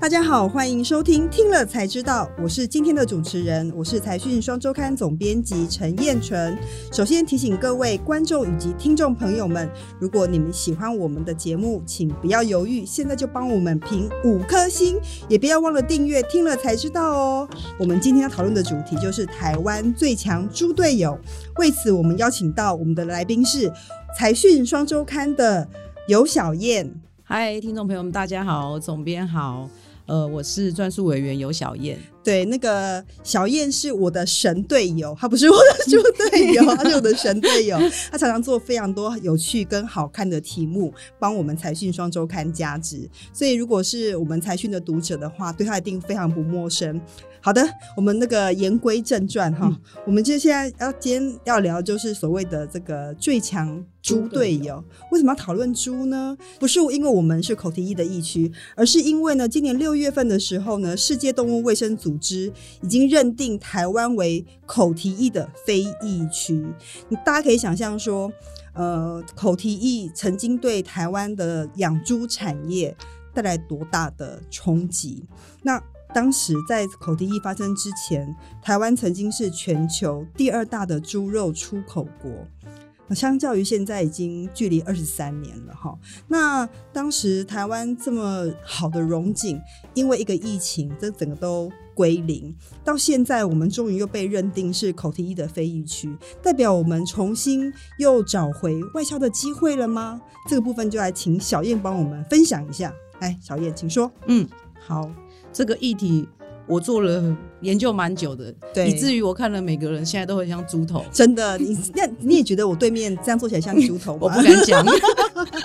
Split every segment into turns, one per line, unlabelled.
大家好，欢迎收听《听了才知道》，我是今天的主持人，我是财讯双周刊总编辑陈燕纯。首先提醒各位观众以及听众朋友们，如果你们喜欢我们的节目，请不要犹豫，现在就帮我们评五颗星，也不要忘了订阅《听了才知道》哦。我们今天要讨论的主题就是台湾最强猪队友，为此我们邀请到我们的来宾是财讯双周刊的尤小燕。
嗨，听众朋友们，大家好，总编好，呃，我是专属委员尤小燕。
对，那个小燕是我的神队友，她不是我的 猪队友，她是我的神队友。她常常做非常多有趣跟好看的题目，帮我们财讯双周刊加值。所以，如果是我们财讯的读者的话，对她一定非常不陌生。好的，我们那个言归正传哈，我们就现在要今天要聊就是所谓的这个最强猪队友。为什么要讨论猪呢？不是因为我们是口蹄疫的疫区，而是因为呢，今年六月份的时候呢，世界动物卫生组织已经认定台湾为口蹄疫的非疫区。你大家可以想象说，呃，口蹄疫曾经对台湾的养猪产业带来多大的冲击？那当时在口蹄疫发生之前，台湾曾经是全球第二大的猪肉出口国。那相较于现在已经距离二十三年了哈，那当时台湾这么好的荣景，因为一个疫情，这整个都归零。到现在，我们终于又被认定是口蹄疫的非疫区，代表我们重新又找回外销的机会了吗？这个部分就来请小燕帮我们分享一下。来，小燕，请说。
嗯，
好，
这个议题我做了研究蛮久的，
对
以至于我看了每个人现在都很像 猪头，
真的，你那你也觉得我对面这样做起来像猪 头吗？
我不敢讲。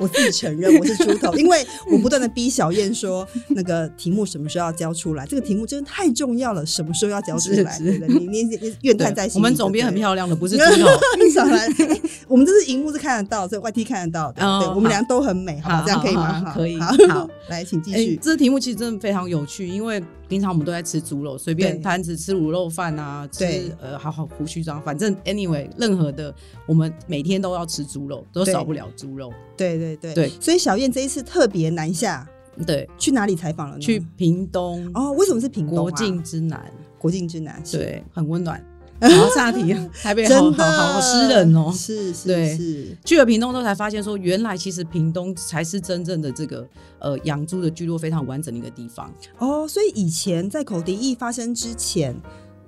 我自己承认我是猪 头，因为我不断的逼小燕说那个题目什么时候要交出来，这个题目真的太重要了，什么时候要交出来？
是
对
是
不对你你你怨叹在心里。
我们总编很
亮，
漂亮的， 不是猪头。
你少来。哎我们这是荧幕是看得到，所以外 T 看得到的。
哦
对，我们俩都很美，好，
好
这样可以吗？
好好
好
可以
好，
好
来，请继
哎
续。
这题目其实真的非常有趣，因为平常我们都在吃猪肉，随便
对
摊子吃卤肉饭啊，
对
吃呃好好胡须章，反正 anyway 任何的，我们每天都要吃猪肉，都
对
少不了猪肉。
对对对
对
所以小燕这一次特别南下，
对，
去哪里采访了呢？
去屏东
嗯哦，为什么是屏东啊
国境之南。
国境之南？是
对，很温暖。然后岔 题了，台北好
真的
好好好湿冷哦。
是是
对
是，
去了屏东之后才发现说，原来其实屏东才是真正的这个呃养猪的聚落非常完整的一个地方。
哦，所以以前在口蹄疫发生之前，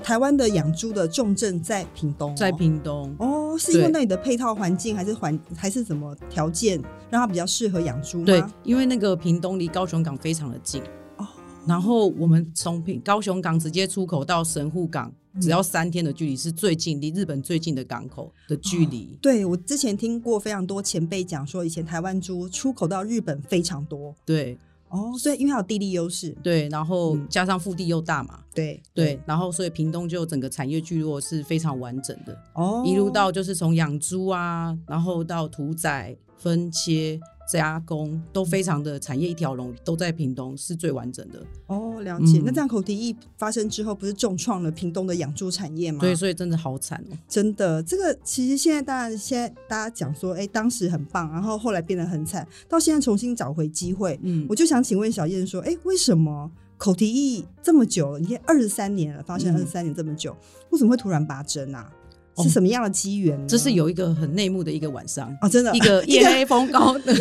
台湾的养猪的重镇在屏东哦、
在屏东，
哦，是因为
对
那里的配套环境还是环还是什么条件让它比较适合养猪吗？
对，因为那个屏东离高雄港非常的近
哦
然后我们从屏高雄港直接出口到神户港，只要三天的距离，是最近离日本最近的港口的距离。
对我之前听过非常多前辈讲说，以前台湾猪出口到日本非常多
对
哦，所以因为它有地利优势，
对，然后
嗯
加上腹地又大嘛，
对
对，然后所以屏东就整个产业聚落是非常完整的。
哦，
一路到就是从养猪啊，然后到屠宰、分切、加工，都非常的产业一条龙，都在屏东是最完整的。
哦，了解。
嗯
那这样口蹄疫发生之后，不是重创了屏东的养猪产业吗？
对，所以真的好惨哦。
真的，这个其实现在当然，现在大家讲说，哎、当时很棒，然后后来变得很惨，到现在重新找回机会，
嗯
我，就想请问小燕说，哎、为什么口蹄疫这么久了？你看二十三年了，发生二十
嗯
三年这么久，为什么会突然拔针啊？
哦
是什么样的机缘呢？
这是有一个很内幕的一个晚上，
哦，真的啊
一 个夜黑风高的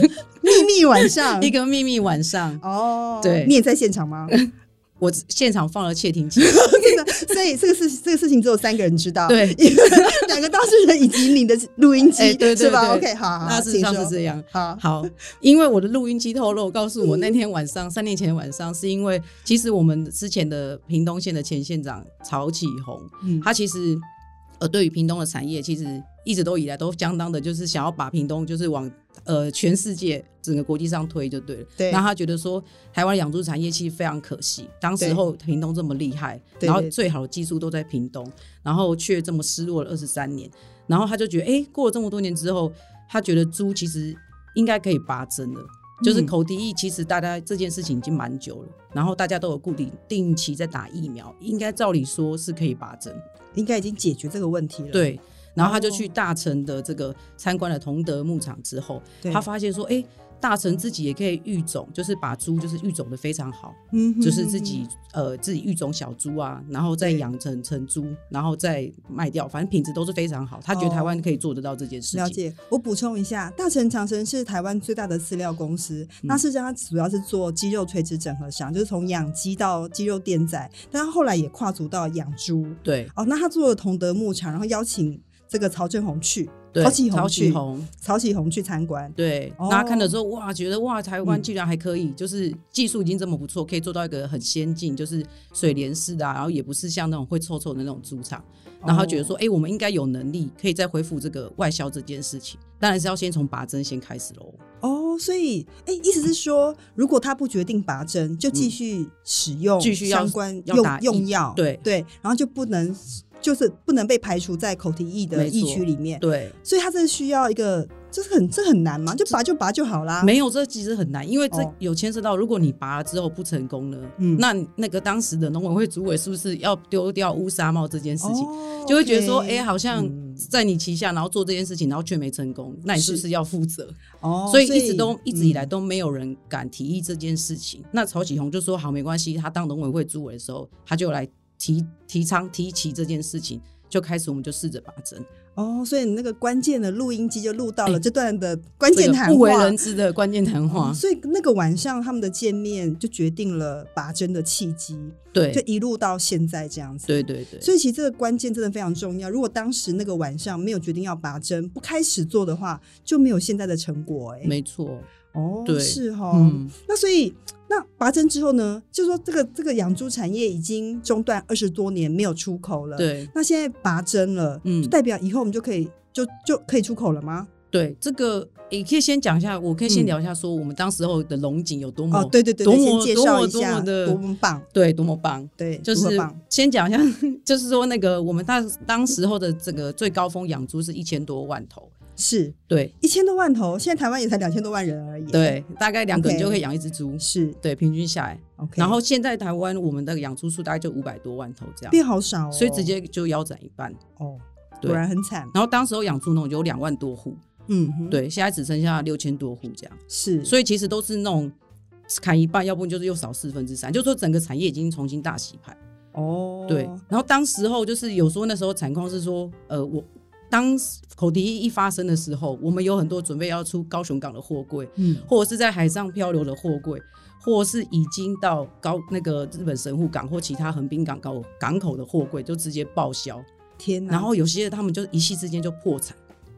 秘密晚上，
一个秘密晚上，
哦，
对
你也在现场 吗？
我现场放了窃听器。
真的，所以这个事这个事情只有三个人知道，
对，
因为 两个当事人以及你的录音机，
哎对对
是吧
对
？OK，好好好，
那事实上是
啊请说
这样。
好，
好，因为我的录音机透露告诉我，那天晚
嗯
上三年前的晚上，是因为其实我们之前的屏东县的前县长曹启宏，
嗯，
他其实呃，对于屏东的产业，其实一直都以来都相当的，就是想要把屏东就是往呃全世界整个国际上推就对了。
对
那他觉得说，台湾养猪产业其实非常可惜，当时候屏东这么厉害，
对
然后
对
最好的技术都在屏东，然后却这么失落了二十三年。然后他就觉得，哎、过了这么多年之后，他觉得猪其实应该可以拔针了。就是
嗯
口蹄疫，其实大家这件事情已经蛮久了，然后大家都有固定定期在打疫苗，应该照理说是可以拔针。
应该已经解决这个问题了。
对，然后他就
哦
去大城的这个参观了同德牧场之后，
对
他发现说，哎、大成自己也可以育种，就是把猪就是育种的非常好，
嗯哼
就是自己呃自己育种小猪啊，然后再
对
养成成猪，然后再卖掉，反正品质都是非常好。他觉得台湾可以做得到这件事情。
哦了解，我补充一下，大成长生是台湾最大的饲料公司。那事实上，它主要是做鸡肉垂直整合商，就是从养鸡到鸡肉电宰，但它后来也跨足到养猪。
对
哦，那他做了同德牧场，然后邀请这个曹正红去，
对，
曹启宏
曹
去
启宏，
曹启宏去参观。
对，
哦
大家看了之后，哇，觉得哇，台湾
嗯
居然还可以，就是技术已经这么不错，可以做到一个很先进，就是水帘式的、啊，然后也不是像那种会臭臭的那种猪场，然后他觉
哦
得说，哎、我们应该有能力可以再恢复这个外销这件事情，当然是要先从拔针先开始喽。
哦，所以哎，意思是说，如果他不决定拔针，就继续使用
嗯继续要
相关
要
用
打疫
用药，
对
对，然后就不能就是不能被排除在口蹄疫的
没错
疫区里面。
对，
所以它这需要一个，这是很这很难嘛，就拔就拔就好啦。
没有这其实很难，因为这
哦
有牵涉到，如果你拔了之后不成功呢，
嗯
那那个当时的农委会主委是不是要丢掉乌纱帽这件事情？
哦
就会觉得说，哎、
OK
好像
嗯
在你旗下，然后做这件事情，然后却没成功，那你是不是要负责？
哦
所以一直都一直以来
嗯
都没有人敢提议这件事情。那曹启宏就说：“好，没关系。”他当农委会主委的时候，他就来提提倡提起这件事情，就开始我们就试着拔针，
哦，所以你那个关键的录音机就录到了
哎
这段的关键
这个
谈
不为
话。嗯
人知啊的关键谈话。
所以那个晚上他们的见面就决定了拔针的契机，
对
就一路到现在这样子。
对对对，
所以其实这个关键真的非常重要。如果当时那个晚上没有决定要拔针，不开始做的话，就没有现在的成果、哎，
没错。
哦，
对
是哦。
嗯，
那所以，那拔针之后呢，就说这个这个养猪产业已经中断二十多年，没有出口了。，
对
那现在拔针了，
嗯
呃就代表以后我们就可以就就可以出口了吗？
对，这个也可以先讲一下，我可以先
嗯
聊一下，说我们当时候的龙井有多么、
哦，对对对，
多
对
么
先介绍一
多么
下，
多么的
多么棒，
对多么棒。
对，
就
如何
是
棒，
先讲一下， 就是说那个我们当当时候的这个最高峰养猪是一千多万头，
是
对
一千多万头，现在台湾也才两千多万人而已。，
对，大概两个人
OK
就可以养一只猪，
是
对，平均下来。
OK，
然后现在台湾我们的养猪数大概就五百多万头这样，
变好少、哦，
所以直接就腰斩一半。
哦，
对
果然很惨。
然后当时候养猪农有两万多户，
嗯哼，
对，现在只剩下六千多户这样，
是，
所以其实都是那种砍一半，要不然就是又少四分之三，就说整个产业已经重新大洗牌。
哦，
对，然后当时候就是有说那时候产况是说，呃，我当时口蹄疫一发生的时候，我们有很多准备要出高雄港的货柜，
嗯，
或者是在海上漂流的货柜，或是已经到高那个日本神户港或其他横滨港港港口的货柜就直接报销，
天哪，
然后有些他们就一夕之间就破产，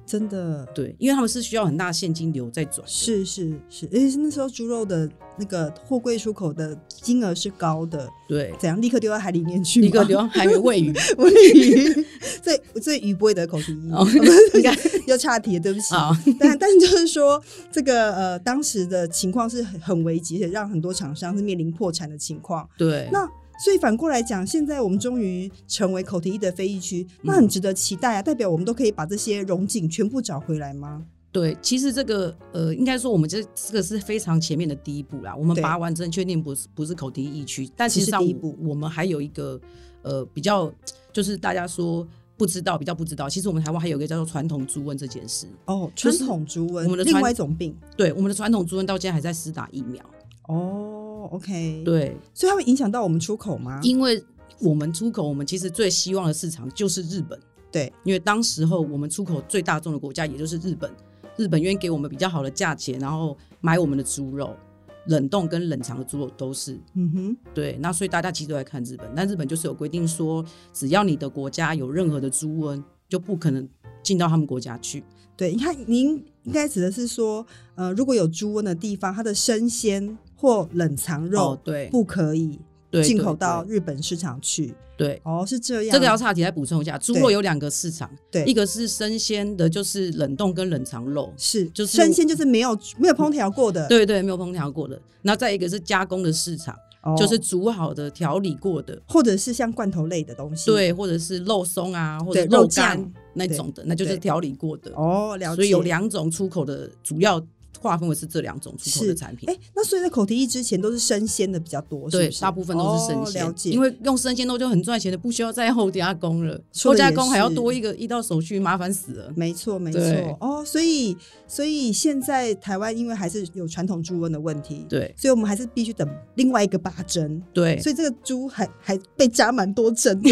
真的
对，因为他们是需要很大现金流在转，
是是是，而且是那时候猪肉的那个货柜出口的金额是高的，
对，
怎样立刻丢到海里面去吗？
一个流浪海没喂鱼，
我鱼，所以所以鱼不会得口 蹄疫，
哦应该
又岔题了，对不起。
啊，
但但就是说，这个呃，当时的情况是很很危急，而且让很多厂商是面临破产的情况。
对，
那所以反过来讲，现在我们终于成为口蹄疫的非疫区，
嗯
那很值得期待啊！代表我们都可以把这些荣景全部找回来吗？
对，其实这个呃，应该说我们这这个是非常前面的第一步啦。我们
对
拔完针确定不是不是口蹄疫区，但
只
其实
是
上
第一步
我们还有一个呃比较，就是大家说不知道比较不知道，其实我们台湾还有一个叫做传统猪瘟这件事。
哦，
就
传
是
统猪瘟，
我们的
另
传
外一种病。
对，我们的传统猪瘟到现在还在施打疫苗。
哦，OK，，
对，
所以它会影响到我们出口吗？
因为我们出口，我们其实最希望的市场就是日本。
对，
因为当时候我们出口最大众的国家也就是日本，日本愿意给我们比较好的价钱，然后买我们的猪肉，冷冻跟冷藏的猪肉都是。
嗯哼，
对，那所以大家其实都在看日本，但日本就是有规定说，只要你的国家有任何的猪瘟，就不可能进到他们国家去。
对，你看，您应该指的是说，呃，如果有猪瘟的地方，它的生鲜或冷藏
哦
肉，
对，
不可以
对
进
对
口到
对
日本市场去。
对。
哦，是这样，
这个要岔题再补充一下，猪
对
肉有两个市场，
对
一个是生鲜的，就是冷冻跟冷藏肉，
是
就是
生鲜，就是没有没有烹调过的，，
对对，没有烹调过的。那再一个是加工的市场，
哦、
就是煮好的、调理过的，
或者是像罐头类的东西。，
对，或者是肉松啊，或
对
者
肉
干
酱
那种的，那就是
对
调理过的。
哦，了解。
所以有两种出口的主要划分为是这两种出口的产品。
哎，那所以在口蹄疫之前都是生鲜的比较多，是
对
不，是
大部分都是生鲜，
哦、了解，
因为用生鲜肉就很赚钱的，不需要再后加工了。
说
后
得也
加工还要
是
多一个一道手续，麻烦死了。
没错，没
对
错。哦，所以所以现在台湾因为还是有传统猪瘟的问题，，
对
所以我们还是必须等另外一个拔针。
对，
所以这个猪还还被扎蛮多针 的，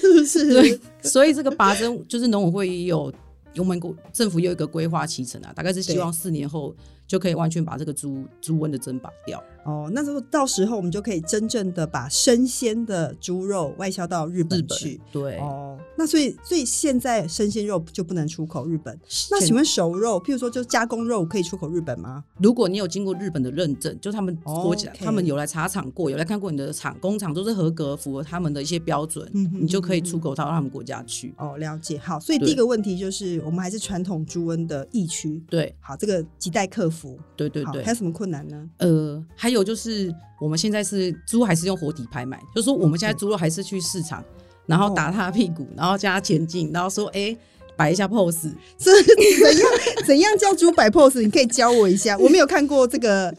是不是
对？所以这个拔针就是农委会也有，我们国政府也有一个规划期程啊，大概是希望四年后就可以完全把这个猪猪瘟的针拔掉。
哦，那时候到时候我们就可以真正的把生鲜的猪肉外销到日
日
本
本
去。
对，
哦，那所以所以现在生鲜肉就不能出口日本。那
现
请问熟肉，譬如说就加工肉可以出口日本吗？
如果你有经过日本的认证，就他们
哦
国家、
OK
他们有来查厂过，有来看过你的厂工厂都是合格，符合他们的一些标准，
嗯哼
你就可以出口到他们国家去。
哦，了解。好，所以
对
第一个问题就是我们还是传统猪瘟的疫区。
对
好，这个亟待克服。
对对
好，
对
还有，什么困难呢？
呃，还有就是我们现在是猪还是用活体拍卖，就是说我们现在猪肉还是去市场，然
哦
后打他屁股，然后叫他前进，然后说哎摆一下 pose，
这怎样怎样叫猪摆 pose？你可以教我一下，我没有看过这个。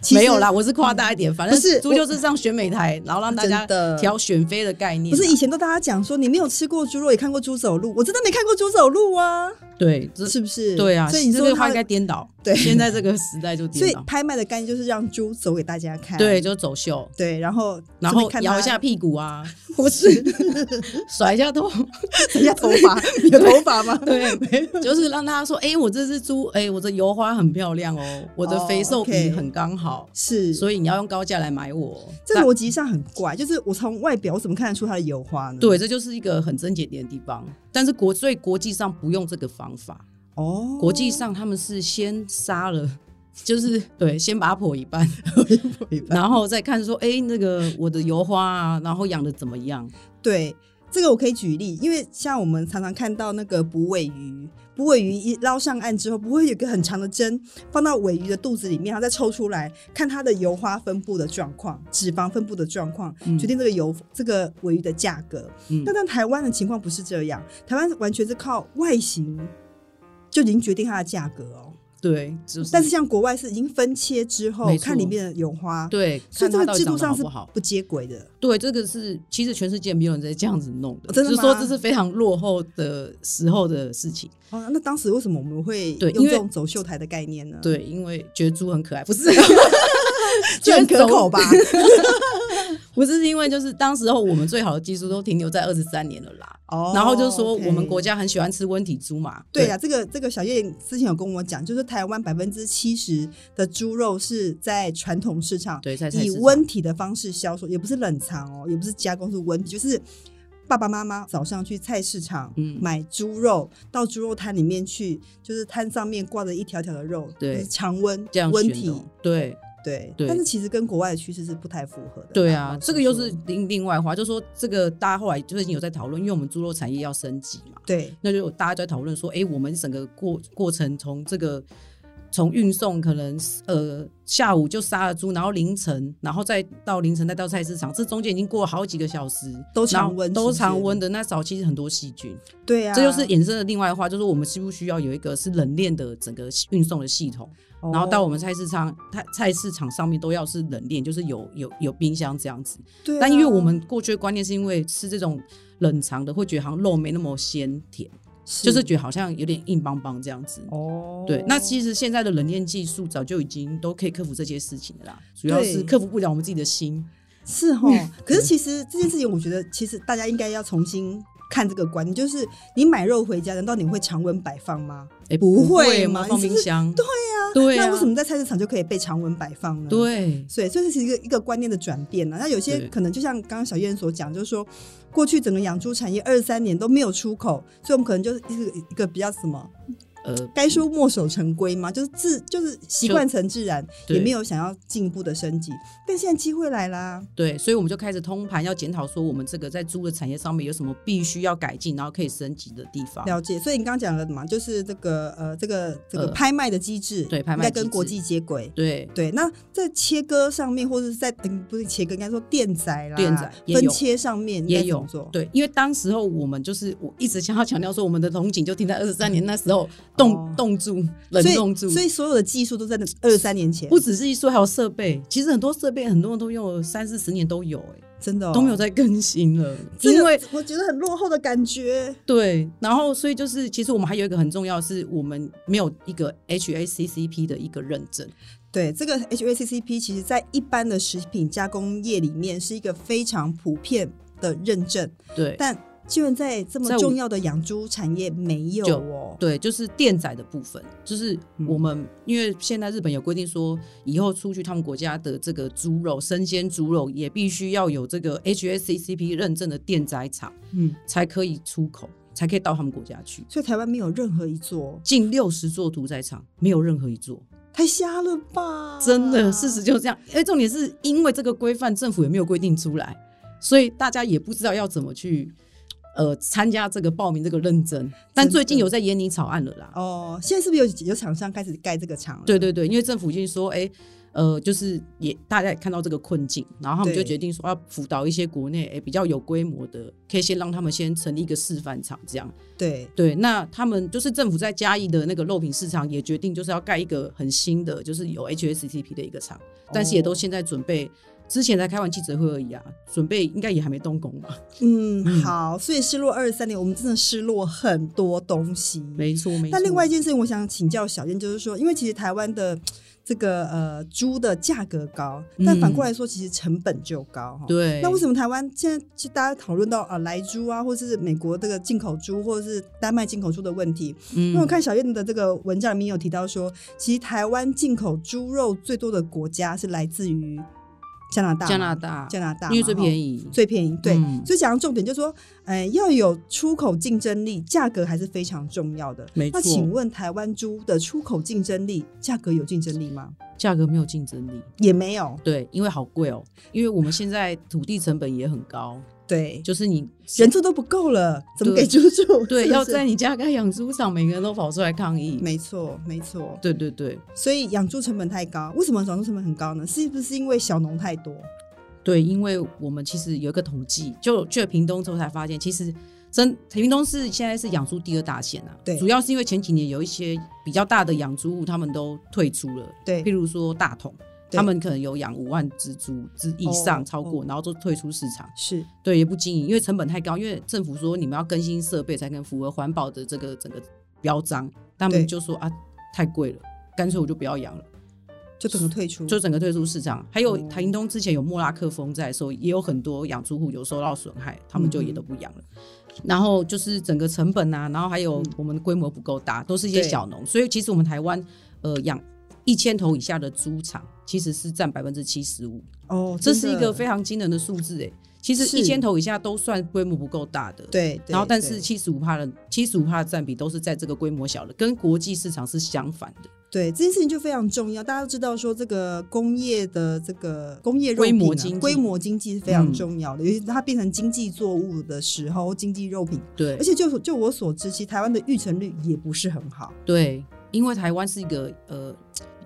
其实嗯
没有啦，，我是夸大一点，反正
不是
猪就是上选美台，然后让大家
真的
挑选妃的概念
不
啊，
是以前都大家讲说你没有吃过猪肉，也看过猪走路，我真的没看过猪走路啊，
对，这
是不是？
对啊，
所以你
这
说
个话
它
应该颠倒，
对
现在这个时代就
所
颠
以
倒，
拍卖的概念就是让猪走给大家看，
对，就走秀，
对，然后
然后
这边看它
摇一下，屁股啊，
不是
甩一下头，
等一下头发，你的头发吗？
对，就是让大家说，哎、我这只猪，哎、我的油花很漂亮哦，我的
哦
肥瘦比
OK
很刚好。
是，
所以你要用高价来买我，
这
但
逻辑上很怪，就是我从外表我怎么看得出它的油花呢？
对，这就是一个很症结点的地方。但是国所以国际上不用这个方法，
哦，
国际上他们是先杀 了，就是对，先把它剖一半，然后再看说，哎、那个我的油花啊，然后养的怎么样？
对，这个我可以举例，因为像我们常常看到那个捕尾鱼，捕尾鱼一捞上岸之后，不会有一个很长的针放到尾鱼的肚子里面，然后再抽出来，看它的油花分布的状况、脂肪分布的状况，
嗯
决定这个油这个尾鱼的价格。
嗯
那但台湾的情况不是这样，台湾完全是靠外形就已经决定它的价格哦。
对，就是，
但是像国外是已经分切之后
没错
看里面的油花，，
对，
所
看
以这
它
个
到
制
底
度上
长得好
是
不好？
不接轨的。
对，这个是其实全世界没有人在这样子弄的，
哦真的
就是说
吗
这是非常落后的时候的事情。
哦，那当时为什么我们会
对
用
因为
这种走秀台的概念呢？
对，因为觉得猪很可爱， 不是
这很可口吧？
不是因为就是当时候我们最好的技术都停留在二十三年了啦。
哦
然后就说我们国
家。
家很喜欢吃温体猪嘛，
对啊呀、这个这个小叶之前有跟我讲，就是台湾百分之七十的猪肉是在传统市场
对，在菜
以
市场
温体的方式销售，也不是冷藏哦，也不是加工，是温体，就是爸爸妈妈早上去菜市场
嗯
买猪肉，到猪肉摊里面去，就是摊上面挂着一条条的肉，
对
就是常温
这样
温
选
体
的，，对
对，
对
但是其实跟国外的趋势是不太符合的啦。
对啊
老，实
这个又
说
是另另外话，就说这个大家后来最近有在讨论，因为我们猪肉产业要升级嘛，
对
那就有大家在讨论说，哎、我们整个过过程从这个从运送可能呃下午就杀了猪，然后凌晨，然后再到凌晨再到菜市场，这中间已经过了好几个小时，
都
然后
常温
都
是不是
常温的。那早期很多细菌，
对啊，
这就是衍生的另外话，就是我们需不需要有一个是冷链的整个运送的系统，然后到我
们
们菜市场菜菜市场上面都要是冷链，就是有有有冰箱这样子。
对啊、
但因为我们过去的观念是因为吃这种冷藏的，会觉得好像肉没那么鲜甜，就是觉得好像有点硬邦邦这样子。
哦，
对，那其实现在的冷链技术早就已经都可以克服这些事情了啦，主要
对
是克服不了我们自己的心。
是哈。
嗯
可是其实这件事情，我觉得其实大家应该要重新看这个观念，就是你买肉回家，难道你会常温摆放吗？
哎，
不会
会
嘛
吗？放
你是啊
冰
不是
箱？对呀、对呀、
那为什么在菜市场就可以被常温摆放呢？。
对
所以这是一个一个观念的转变啊了、那有些
对
可能就像刚刚小燕所讲，就是说过去整个养猪产业二十三年都没有出口，所以我们可能就是一个一个比较什么，
呃，
该说墨守成规嘛，就是自就是习惯成自然，
对
也没有想要进一步的升级。但现在机会来啦，
对，所以我们就开始通盘要检讨，说我们这个在猪的产业上面有什么必须要改进，然后可以升级的地方。
了解，所以你刚刚讲了嘛，就是这个呃，这个这个
呃
拍卖的机制，
对拍
应
卖
该
机
跟国
制
际接轨。
对
对，那在切割上面，或者是在嗯，不是切割，应该说电宰啦，
电宰也
分
有
切上面应该
也
怎
有
么做？
对，因为当时候我们就是我一直想要强调说，我们的同景就停在二十三年那时候，冻、
嗯哦
冻住、冷
所以
冻住。
所以所有的技术都在那二三年前，
不只是一说，还有设备。其实很多设备，很多人都用了三四十年都有、哎、
真的、哦、
都没有在更新了。
这个
因为
我觉得很落后的感觉。
对，然后所以就是，其实我们还有一个很重要的是，我们没有一个 HACCP 的一个认证。
对，这个 HACCP 其实在一般的食品加工业里面是一个非常普遍的认证，
对，
但居然在这
在
么
我
重要的养猪产业没有
就
哦。
对，就是电载的部分，就是
嗯
我们、因为现在日本有规定说，以后出去他们国家的这个猪肉、生鲜猪肉也必须要有这个 HACCP 认证的电载厂
嗯，
才可以出口，才可以到他们国家去。
所以台湾没有任何一座，
近六十座屠宰场，没有任何一座，
太瞎了吧？
真的事实就是这样。哎，重点是因为这个规范，政府也没有规定出来，所以大家也不知道要怎么去呃参加这个报名这个认证。但最近有在研拟草案了啦，
哦。现在是不是有有厂商开始盖这个厂了？
对对对，因为政府已经说，哎、呃，就是也大家也看到这个困境，然后他们就
对
决定说要辅导一些国内哎、比较有规模的，可以先让他们先成立一个示范厂这样。
对，
对，那他们就是政府在嘉义的那个肉品市场也决定就是要盖一个很新的，就是有 HACCP 的一个厂，但是也都现在准备。之前才开完记者会而已啊，准备应该也还没动工吧？
嗯，
嗯
好，所以失落二十三年，我们真的失落很多东西。
没错，没错。
但另外一件事情，我想请教小燕，就是说，因为其实台湾的这个呃猪的价格高，但反过来说，其实成本就高哈。
嗯对，
那为什么台湾现在就大家讨论到啊莱猪啊，或是美国这个进口猪，或者是丹麦进口猪的问题？
嗯
因为我看小燕的这个文章里面有提到说，其实台湾进口猪肉最多的国家是来自于加拿大嘛，
加拿大，
加拿大哦嘛，
因为最
宜，
便宜，
最便宜。对，
嗯
所以讲到重点就是说，呃，要有出口竞争力，价格还是非常重要的。
没
那
错
请问台湾猪的出口竞争力，价格有竞争力吗？
价格没有竞争力。
也没有。
对，因为好贵哦，因为我们现在土地成本也很高，
对，
就 是你
人数都不够了，怎么给
对
猪住？
对
是不
要
是
在你家盖养猪场，每个人都跑出来抗议。
没错，没错。
对对对
所以养猪成本太高，为什么养猪成本很高呢？是不是因为小农太多？
对，因为我们其实有一个统计，就去了屏东之后才发现，其实真屏东是现在是养猪第二大县啊。
对
主要是因为前几年有一些比较大的养猪户，他们都退出了，
对
譬如说大同，
对
他们可能有养五万只猪之以
哦
上超过，
哦
然后就退出市场。
是
对，也不经营，因为成本太高。因为政府说你们要更新设备才能符合环保的这个整个标章，他
对
们就说啊太贵了，干脆我就不要养了，
就整个退出，
就整个退出市场。还有
嗯哦
台银东之前有莫拉克风在的时候，也有很多养猪户有受到损害，他们就
嗯
也都不养了。然后就是整个成本啊，然后还有我们的规模不够大，都是一些
嗯对
小农，所以其实我们台湾呃养一千头以下的猪场其实是占百分之七十五。
哦，
这
真
是
的
一个非常惊人的数字哎、其实
是
一千头以下都算规模不够大的，。
对，对
然后，但是
对
七十五帕的七十五帕的占比都是在这个规模小的，跟国际市场是相反的。
对这件事情就非常重要，大家都知道说这个工业的这个工业肉
规
品
模
啊
经济
规模经济是非常
嗯
重要的，尤其是它变成经济作物的时候，经济肉品，
对
而且就就我所知，其实台湾的育成率也不是很好。
对，因为台湾是一个呃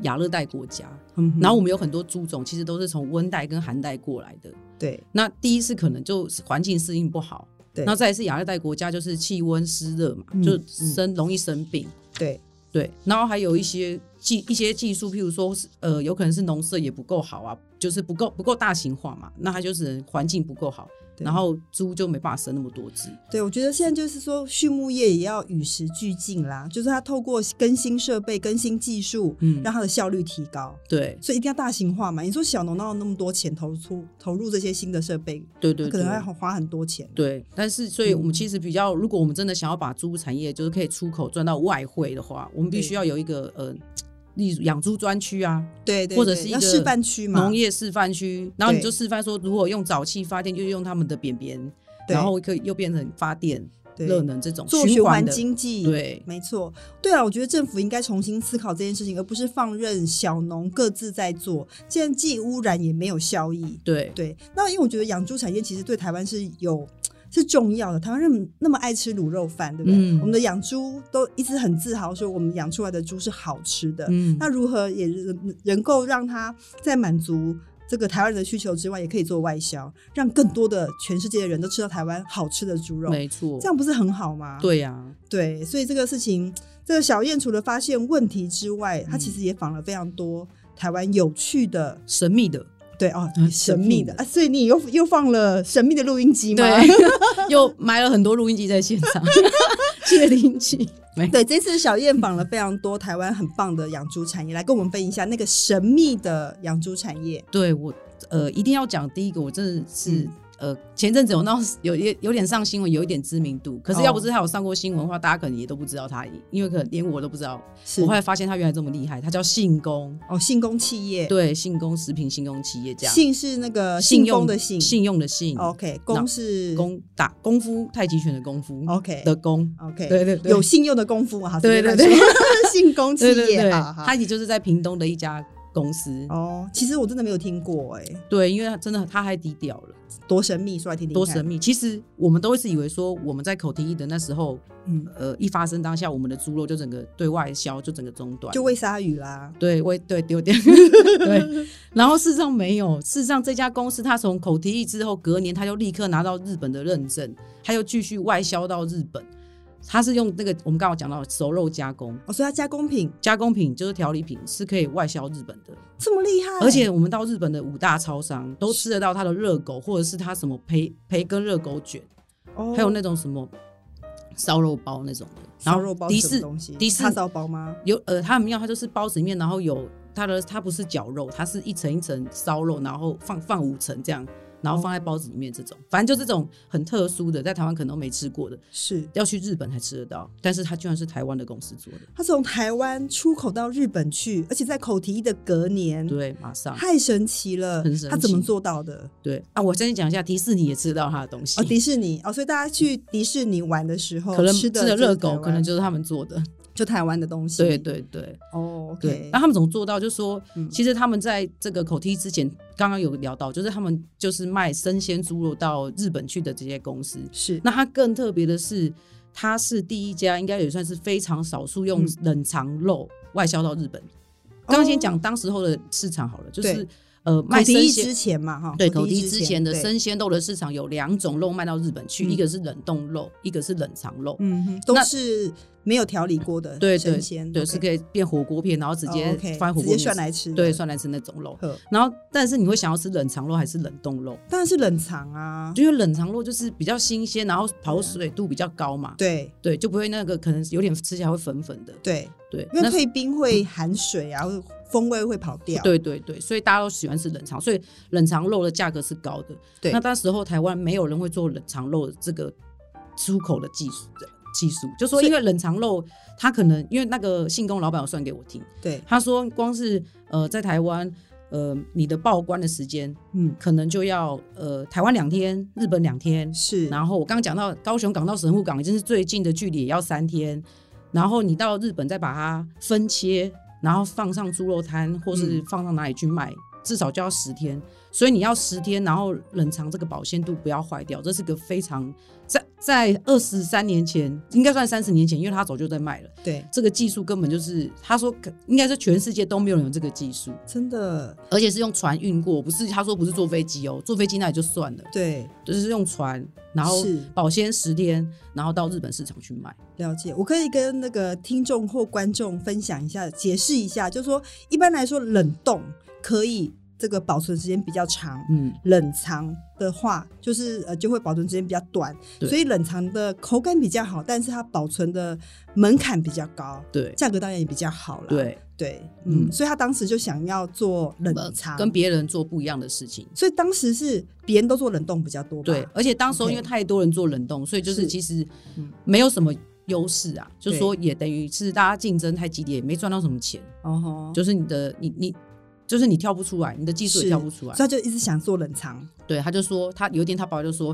亚热带国家，然
然后
后我们有很多猪种其实都是从温带跟寒带过来的。
对
那第一是可能就是环境适应不好，
对
然后再来是亚热带国家就是气温湿热嘛，
嗯
就生容易生病。
对
对，然后还有一些技一些技术，譬如说是呃，有可能是农舍也不够好啊，就是不够不够大型化嘛，那它就是环境不够好，
对
然后猪就没办法生那么多只。
对，我觉得现在就是说畜牧业也要与时俱进啦，就是它透过更新设备、更新技术，
嗯
让它的效率提高。
对
所以一定要大型化嘛！你说小农哪有那么多钱投出投入这些新的设备，
对对
可
对
能。还嗯花很多钱。
对，但是所以我们其实比较，如果我们真的想要把猪产业就是可以出口赚到外汇的话，我们必须
对
要有一个呃，例如养猪专区啊，
对对，
或者
对
是一
要
个
示范区嘛，
农业示范区，然后你
对
就示范说，如果用早期发电，就用他们的扁扁，
对
然后可以又变成发电、
对
热能这种
做循环
的，
经济，，
对，
没错。对啊，我觉得政府应该重新思考这件事情，而不是放任小农各自在做，这样既污染也没有效益。
对
对，那因为我觉得养猪产业其实对台湾是有。是重要的，台湾人那么爱吃卤肉饭，对不对？
嗯
我们的养猪都一直很自豪说，我们养出来的猪是好吃的。
嗯
那如何也能能够让它在满足这个台湾人的需求之外，也可以做外销，让更多的全世界的人都吃到台湾好吃的猪肉，
没错
这，样不是很好吗？
对呀、
对，所以这个事情这个小燕除了发现问题之外，她
嗯
其实也访了非常多台湾有趣的，
神秘的，
对哦
嗯，
神
神
秘
秘
的
的
啊，所以你又又放了神秘的录音机吗？
对， 又买了很多录音机在现场， 谢灵机，没
对，这次小燕访了非常多台湾很棒的养猪产业，来跟我们分一下那个神秘的养猪产业。
对我呃一定要讲第一个，我真的是、
嗯
呃前阵子有闹有有有点上新闻，有一点知名度，可是要不是他有上过新闻的话，大家可能也都不知道他，因为可能连我都不知道。
是
我后来发现他原来这么厉害，他叫信工，
哦，信工企业，
对，信工食品信工企业这样，
信是那个信封
用
的信
信哦用的信，
，OK，工是
功打功夫太极拳的功夫
OK
的功，
OK，
对对对
有信用的功夫啊，随
对
便
对
乱说 信工企
对对
业
对，
啊，好
他也就是在屏东的一家公司，
哦，其实我真的没有听过，哎，
对，因为他真的他太低调了，
多神秘，说来听听，
多神，秘。其实我们都会是以为说我们在口蹄疫的那时候，
嗯，
呃，一发生当下，我们的猪肉就整个对外销，就整个中断，
就喂鲨鱼啦，
对喂对 丢掉，对。然后事实上没有，事实上这家公司它从口蹄疫之后，隔年它就立刻拿到日本的认证，它又继续外销到日本。它是用那个我们刚好讲到的熟肉加工，
哦，所以它加工品
加工品就是调理品是可以外销日本的，
这么厉害，
而且我们到日本的五大超商都吃得到它的热狗，或者是它什么培培根热狗卷，
哦
还有那种什么烧肉包那种的，
烧
然后
肉包
迪
是什么
士
东西，
迪士
叉烧包吗？
有呃，他们要它就是包子里面，然后有它的它不是绞肉，它是一层一层烧肉，然后放放五层这样，然后放在包子里面这种，反正就这种很特殊的，在台湾可能都没吃过的，
是。
要去日本才吃得到，但是它居然是台湾的公司做的，
它从台湾出口到日本去，而且在口蹄疫的隔年，
对，马上
太神奇了！
很神
它怎么
奇
做到的？
对啊，我先讲一下迪士尼也吃得到它的东西
哦，，迪士尼哦，所以大家去迪士尼玩的时候，
可能
吃
吃
的
的
就是
热
台
狗
湾
可能就是他们做的，
就台湾的东西。
对对对
哦，OK，
对。那他们怎么做到？就说
嗯
其实他们在这个口蹄之前，刚刚有聊到，就是他们就是卖生鲜猪肉到日本去的这些公司。
是
那它更特别的是，它是第一家，应该也算是非常少数用
嗯
冷藏肉外销到日本。刚刚先讲当时候的市场好了，就是呃卖
哦口蹄
生
疫
鲜
之。前嘛，哈，
对，
口
口
蹄
蹄
疫
之前的，
对
生鲜肉的市场有两种肉卖到日本去，
嗯
一个是冷冻肉，一个是冷藏肉。
嗯哼，都
那
是没有调理过的
对
生
对
鲜，嗯
对，
OK
是可以变火锅片，然后直接
哦，OK，
放在火
直接
锅里面
涮
吃
来吃的，
对，涮来吃那种肉。
呵，
然后，但是你会想要吃冷藏肉还是冷冻肉？
当然是冷藏啊，
因为冷藏肉就是比较新鲜，然后跑水度比较高嘛，
对
对，就不会那个可能有点吃起来会粉粉的，
对，
对，
因为
那
退冰会含水啊，会风味会跑掉，
对对对，所以大家都喜欢吃冷藏，所以冷藏肉的价格是高的。
对
那那时候台湾没有人会做冷藏肉这个出口的技术的技术，就说
所以
因为冷藏肉它可能因为那个信工老板有算给我听，
对，
他说光是呃在台湾。呃，你的报关的时间
嗯，
可能就要呃台湾两天，日本两天，
是，
然后我刚刚讲到高雄港到神户港已经是最近的距离，也要三天。然后你到日本再把它分切，然后放上猪肉摊或是放到哪里去卖，至少就要十天。所以你要十天，然后冷藏这个保鲜度不要坏掉，这是个非常在在二十三年前，应该算三十年前，因为他早就在卖了。
对，
这个技术根本就是他说可应该是全世界都没有人有这个技术，
真的，
而且是用船运过，不是他说不是坐飞机哦，坐飞机那也就算了。
对，
就是用船，然后
是
保鲜十天，然后到日本市场去卖。
了解，我可以跟那个听众或观众分享一下，解释一下，就是说，一般来说，冷冻可以这个保存时间比较长，
嗯，
冷藏的话就是呃就会保存时间比较短，
对
所以冷藏的口感比较好，但是它保存的门槛比较高，
对
价格当然也比较好了。
对，
对，嗯，
嗯
所以他当时就想要做冷藏，
跟别人做不一样的事情。
所以当时是别人都做冷冻比较多吧？
对，而且当时候
OK
因为太多人做冷冻，所以就是
是
其实
嗯
没有什么优势啊，就说也等于是大家竞争太激烈，也没赚到什么钱，
哦吼，
就是你的你你。就是你跳不出来，你的技术也
是
跳不出来
所以。他就一直想做冷藏，
对，他就说，他有一天他爸爸就说，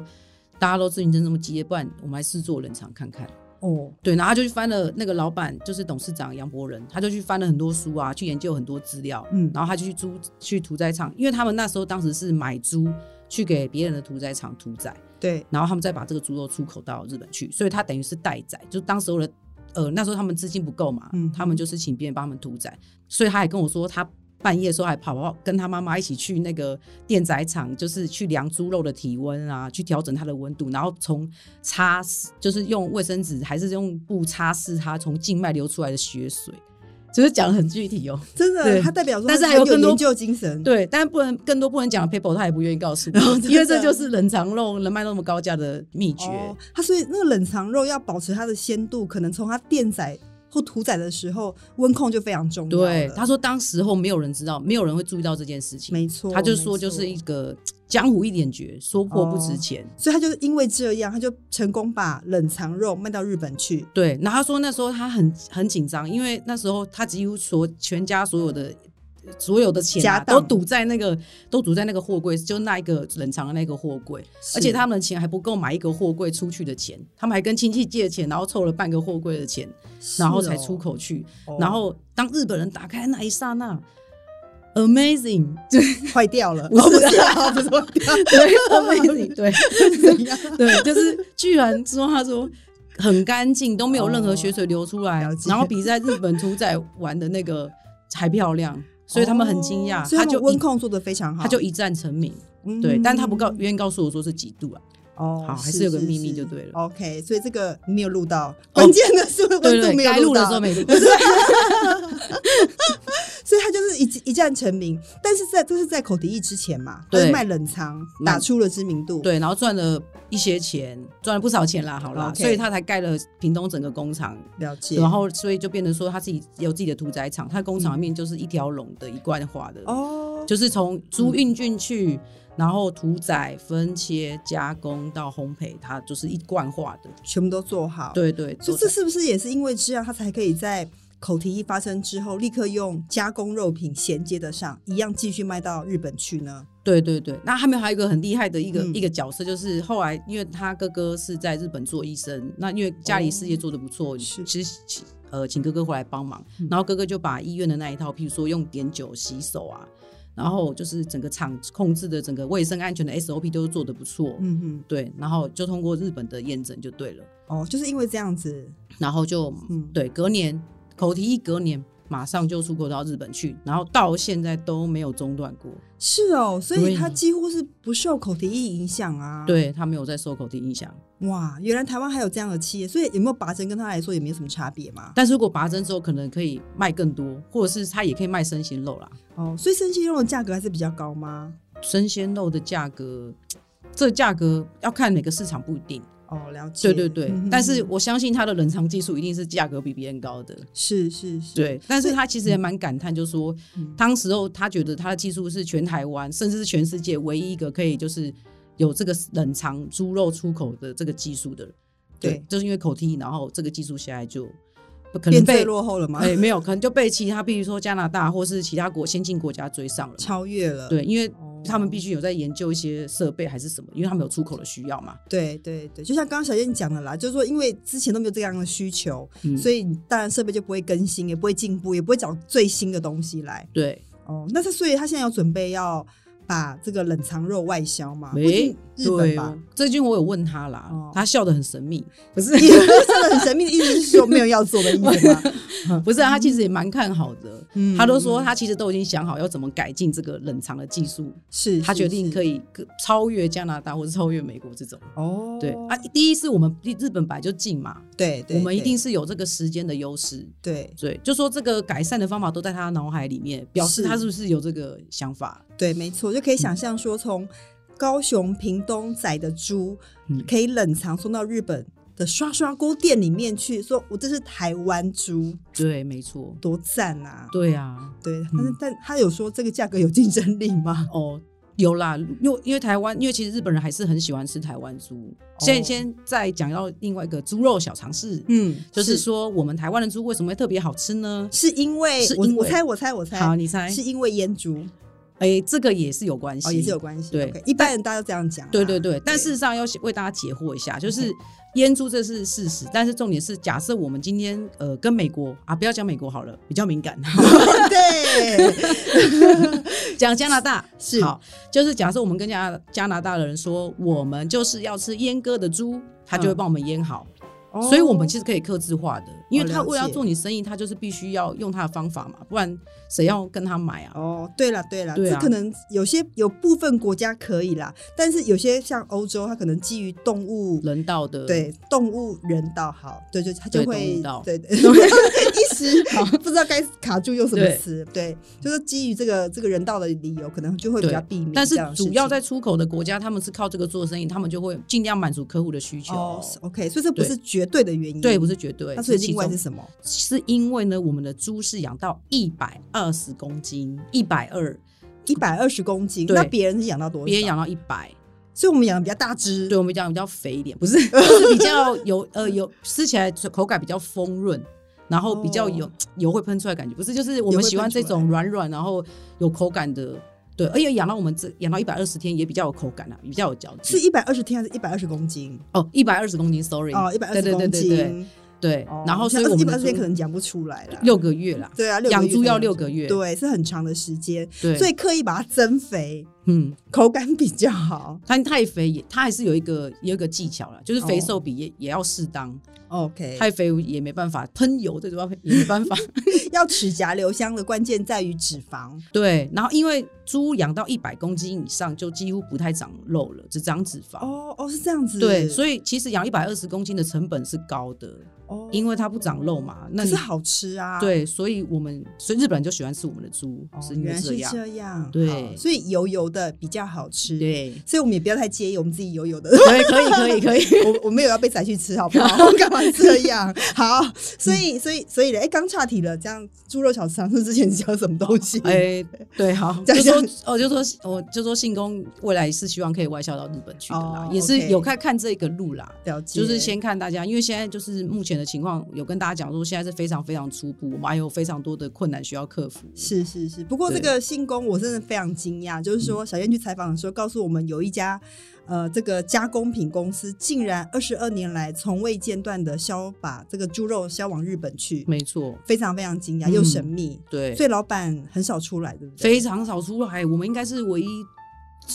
大家都竞争这么激烈，不然我们来试做冷藏看看。
哦，
对，然后他就去翻了那个老板，就是董事长杨伯仁，他就去翻了很多书啊，去研究很多资料，
嗯
然后他就去租去屠宰场，因为他们那时候当时是买猪去给别人的屠宰场屠宰，
对，
然后他们再把这个猪肉出口到日本去，所以他等于是代宰，就当时候的呃那时候他们资金不够嘛，
嗯
他们就是请别人帮他们屠宰，所以他还跟我说他半夜的时候还跑跑跟他妈妈一起去那个电宰场，就是去量猪肉的体温啊，去调整它的温度，然后从擦拭，就是用卫生纸还是用布擦拭它从静脉流出来的血水， 就是讲得很具 体哦。
真的，
对
他代表说，
但是还有更多
研究精神，
对，但不能更多不能讲的 paper，他也不愿意告诉
然后
我，
真的
因为这就是冷藏肉能卖到那么高价的秘诀。
哦，它所以那个冷藏肉要保持它的鲜度，可能从它电宰或屠宰的时候，温控就非常重要了。
对，他说当时候没有人知道，没有人会注意到这件事情。
没错，
他就
没
说就是
错哦
一个江湖一点绝，说破不值钱。
所以他就是因为这样，他就成功把冷藏肉卖到日本去。
对，然后他说那时候他很很紧张，因为那时候他几乎所全家所有的所有的钱、
家
啊、
当
都堵在那个都堵在那个货柜，就那一个冷藏的那个货柜，而且他们的钱还不够买一个货柜出去的钱，他们还跟亲戚借钱，然后凑了半个货柜的钱，
是
然后
哦
才出，口去。
哦
然后当日本人打开那一刹那，amazing，就
坏掉了，
不是
哦不是啊， 不是坏掉了，
对 amazing，对。
怎样？
对，就是居然说他说很干净，都没有任何血水流出来，
哦了解
然后比在日本屠宰玩的那个还漂亮， 所以他们很惊讶，
哦所以
他
他们
就
温
一
控做的非常好，
他就一战成名，
嗯
对，但他不告愿意告诉我说是几度啊，
哦，
好还是有个秘密就对了哦
OK，所以这个你没有录到，关键的是
对
温
对
度没
对，
有
该录的
到
时候 没录，
所以他就是一一战成名。但是在这是在口蹄疫之前嘛，
对
他是卖冷藏打出了知名度。，
对，然后赚了一些钱，赚了不少钱啦，好啦，
OK
所以他才盖了屏东整个工厂。
了解。
然后，所以就变成说他自己有自己的屠宰场，他工厂里面就是一条龙的一贯化的
嗯哦，
就是从猪运进去，然后屠宰、分切、加工到烘焙，它就是一贯化的。
全部都做好。，
对对，
所
做
以这
菜
是不是也是因为这样，他才可以在口蹄疫发生之后，立刻用加工肉品衔接得上，一样继续卖到日本去呢？
对对对。那他们还有一个很厉害的一个、
嗯
一个角色，就是后来因为他哥哥是在日本做医生，那因为家里事业做的不错，
哦是嗯
其实请呃请哥哥回来帮忙，然后哥哥就把医院的那一套，譬如说用碘酒洗手啊。然后就是整个厂控制的整个卫生安全的 SOP 都做的不错，
嗯哼，
对，然后就通过日本的验证就对了，
哦，就是因为这样子，
然后就
嗯，
对，隔年口蹄疫隔年马上就出口到日本去，然后到现在都没有中断过。
是哦，所以
对
他几乎是不受口蹄疫影响啊。，
对他没有在受口蹄疫响，
哇，原来台湾还有这样的企业，所以有没有拔针跟他来说也没有什么差别嘛？
但是如果拔针之后，可能可以卖更多，或者是它也可以卖生鲜肉啦。
哦，所以生鲜肉的价格还是比较高吗？
生鲜肉的价格，这价格要看每个市场不一定。
哦，了解。
对对对，
嗯哼
但是我相信它的冷藏技术一定是价格比别人高的。
是是是，
对，但是他其实也蛮感叹，就是说
嗯，
当时候他觉得他的技术是全台湾，甚至是全世界唯一一个可以就是有这个冷藏猪肉出口的这个技术的人。
对
就是因为口蹄疫，然后这个技术下来就可能
变最
被
落后了吗？
哎、没有，可能就被其他，比如说加拿大或是其他国先进国家追上了。
超越了。
对，因为
哦，
他们必须有在研究一些设备还是什么，因为他们有出口的需要嘛。
对对对，就像刚刚小燕讲的啦，就是说，因为之前都没有这样的需求，
嗯
所以当然设备就不会更新，也不会进步，也不会找最新的东西来。
对，
哦，那他所以他现在有准备要把这个冷藏肉外销嘛？不
哎
仅日本
对哦
吧？，
最近我有问他啦，
哦
他笑得很神秘，不 是
你 真的很神秘的意思是说没有要做的意思 吗？
不是、啊，他其实也蛮看好的。
嗯
他都说
嗯
他其实都已经想好要怎么改进这个冷藏的技术，
是
他决定可
以
以更超越加拿大或者超越美国这种。
哦，
对啊，第一是我们日本本来就近嘛，
对对，
我们一
对
定是有这个时间的优势。
对
对，就说这个改善的方法都在他脑海里面，表
是
示他是不是有这个想法？
对，没错，就可以
嗯
想象说，从高雄、屏东宰的猪，
嗯
可以冷藏送到日本的刷刷锅店里面去，说我这是台湾猪，
对，没错，
多赞啊！
对啊，
对，但是、但他有说这个价格有竞争力吗？
哦，有啦，因为因为台湾，因为其实日本人还是很喜欢吃台湾猪。现
哦
在先再讲到另外一个猪肉小常识，
嗯，
就是说我们台湾的猪为什么会特别好吃呢？
是因为
是
我
因
我
为
猜我猜我猜，
好，你猜？
是因为腌猪
哎、这个也是有关系，
哦，也是有关系。
对
OK，一般人大家都这样讲啊。
对对对，但事实上要为大家解惑一下，
嗯
就是腌猪这是事实，但是重点是，假设我们今天呃跟美国啊，不要讲美国好了，比较敏 感，
对，
讲加拿大
是
好，就是假设我们跟加拿加拿大的人说，我们就是要吃阉割的猪，他就会
嗯
帮我们腌好，所以我们其实可以克制化的，因为
哦
他
了
为了要
解
做你生意，他就是必须要用他的方法嘛，不然谁要跟他买啊？
哦，对了对了，
对啊
这可能有些有部分国家可以啦，但是有些像欧洲，它可能基于动物。
人道的，
对动物人道好，对就它就
对动
会
物道
对对，一时不知道该卡住用什么
对
词，对，就是基于这个这个人道的理由，可能就会比
对
较避免
但
这
是
样的事情。
主要在出口的国家，他们是靠这个做生意，他们就会尽量满足客户的需求。
哦是，OK，所以这不
对
是绝对的原因，
对，不是绝对，
那所以
是
另外
其
是
中
什么？
是因为呢，我们的猪是养到一百二十公斤，一百二，
一百二十公斤，
对
那别人是养到多少？
别人，养到一百，
所以我们养的比较大只，
对我们讲比较肥一点，不是， 就是比较有呃有吃起来口感比较丰润。然后比较有、
哦
油会喷出来的感觉，不是就是我
油
们
会
喜欢
喷出
这种软软然后有口感的，对，而且养到我们这养到一百二十天也比较有口感啊，比较有嚼
是
劲。
一百二十天还是一百二十公斤？
哦，一百二十公斤，sorry，
哦，一百二十
对对对
公
对对
斤，
对
哦，
然后所以
像
我们
120
的
天可
猪
能养不出来了。
六个月啦，
对啊，六个
养
月
猪
才
要
能
六
出
个月，
对，是很长的时间，
对，
所以刻意把它增肥，
嗯，
口感比较 好。
它太肥也，它还是有一个有一个技巧啦，就是
哦
肥瘦比也、也要适当，
OK，
太肥也没办法，喷油最主要也没办法。
要齿颊留香的关键在于脂肪
对，然后因为猪养到一百公斤以上，就几乎不太长肉了，只长脂 肪。
哦哦，是这样子。
对，
以
所以其实养一百二十公斤的成本是高的，
哦，
因为它不长肉嘛。那
可
你
是好吃啊。，
对，所以我们所以日本人就喜欢吃我们的猪，
哦、
是因
原
为
来
这
是
样。
这样。
对
好所以油油的比较好吃。，
对，
所以我们也不要太介意我们自己油油的。
可以，可以，可以，可以。
我我没有要被宰去吃，好不好？ 干嘛这样？好，所
嗯
以所以所以嘞，哎，刚岔题了，这样猪肉小肠是之前教什么东西？
哎、对，好，
这
就
样
说，我就说，我就说，信工未来是希望可以外销到日本去的啦，
哦
也是
OK
有看看这个路啦。
了解，
就是先看大家，因为现在就是目前的情况，有跟大家讲说，现在是非常非常初步，我们还有非常多的困难需要克服。
是是是，不过这
对嗯
个信工我真的非常惊讶，就是说小燕去采访的时候告诉我们，有一家呃这个加工品公司竟然二十二年来从未间断的销把这个猪肉销往日本去，
没错，
非常非常惊讶
嗯
又神秘，
对，
所以老板很少出来，对不对？
非常少出来，我们应该是唯一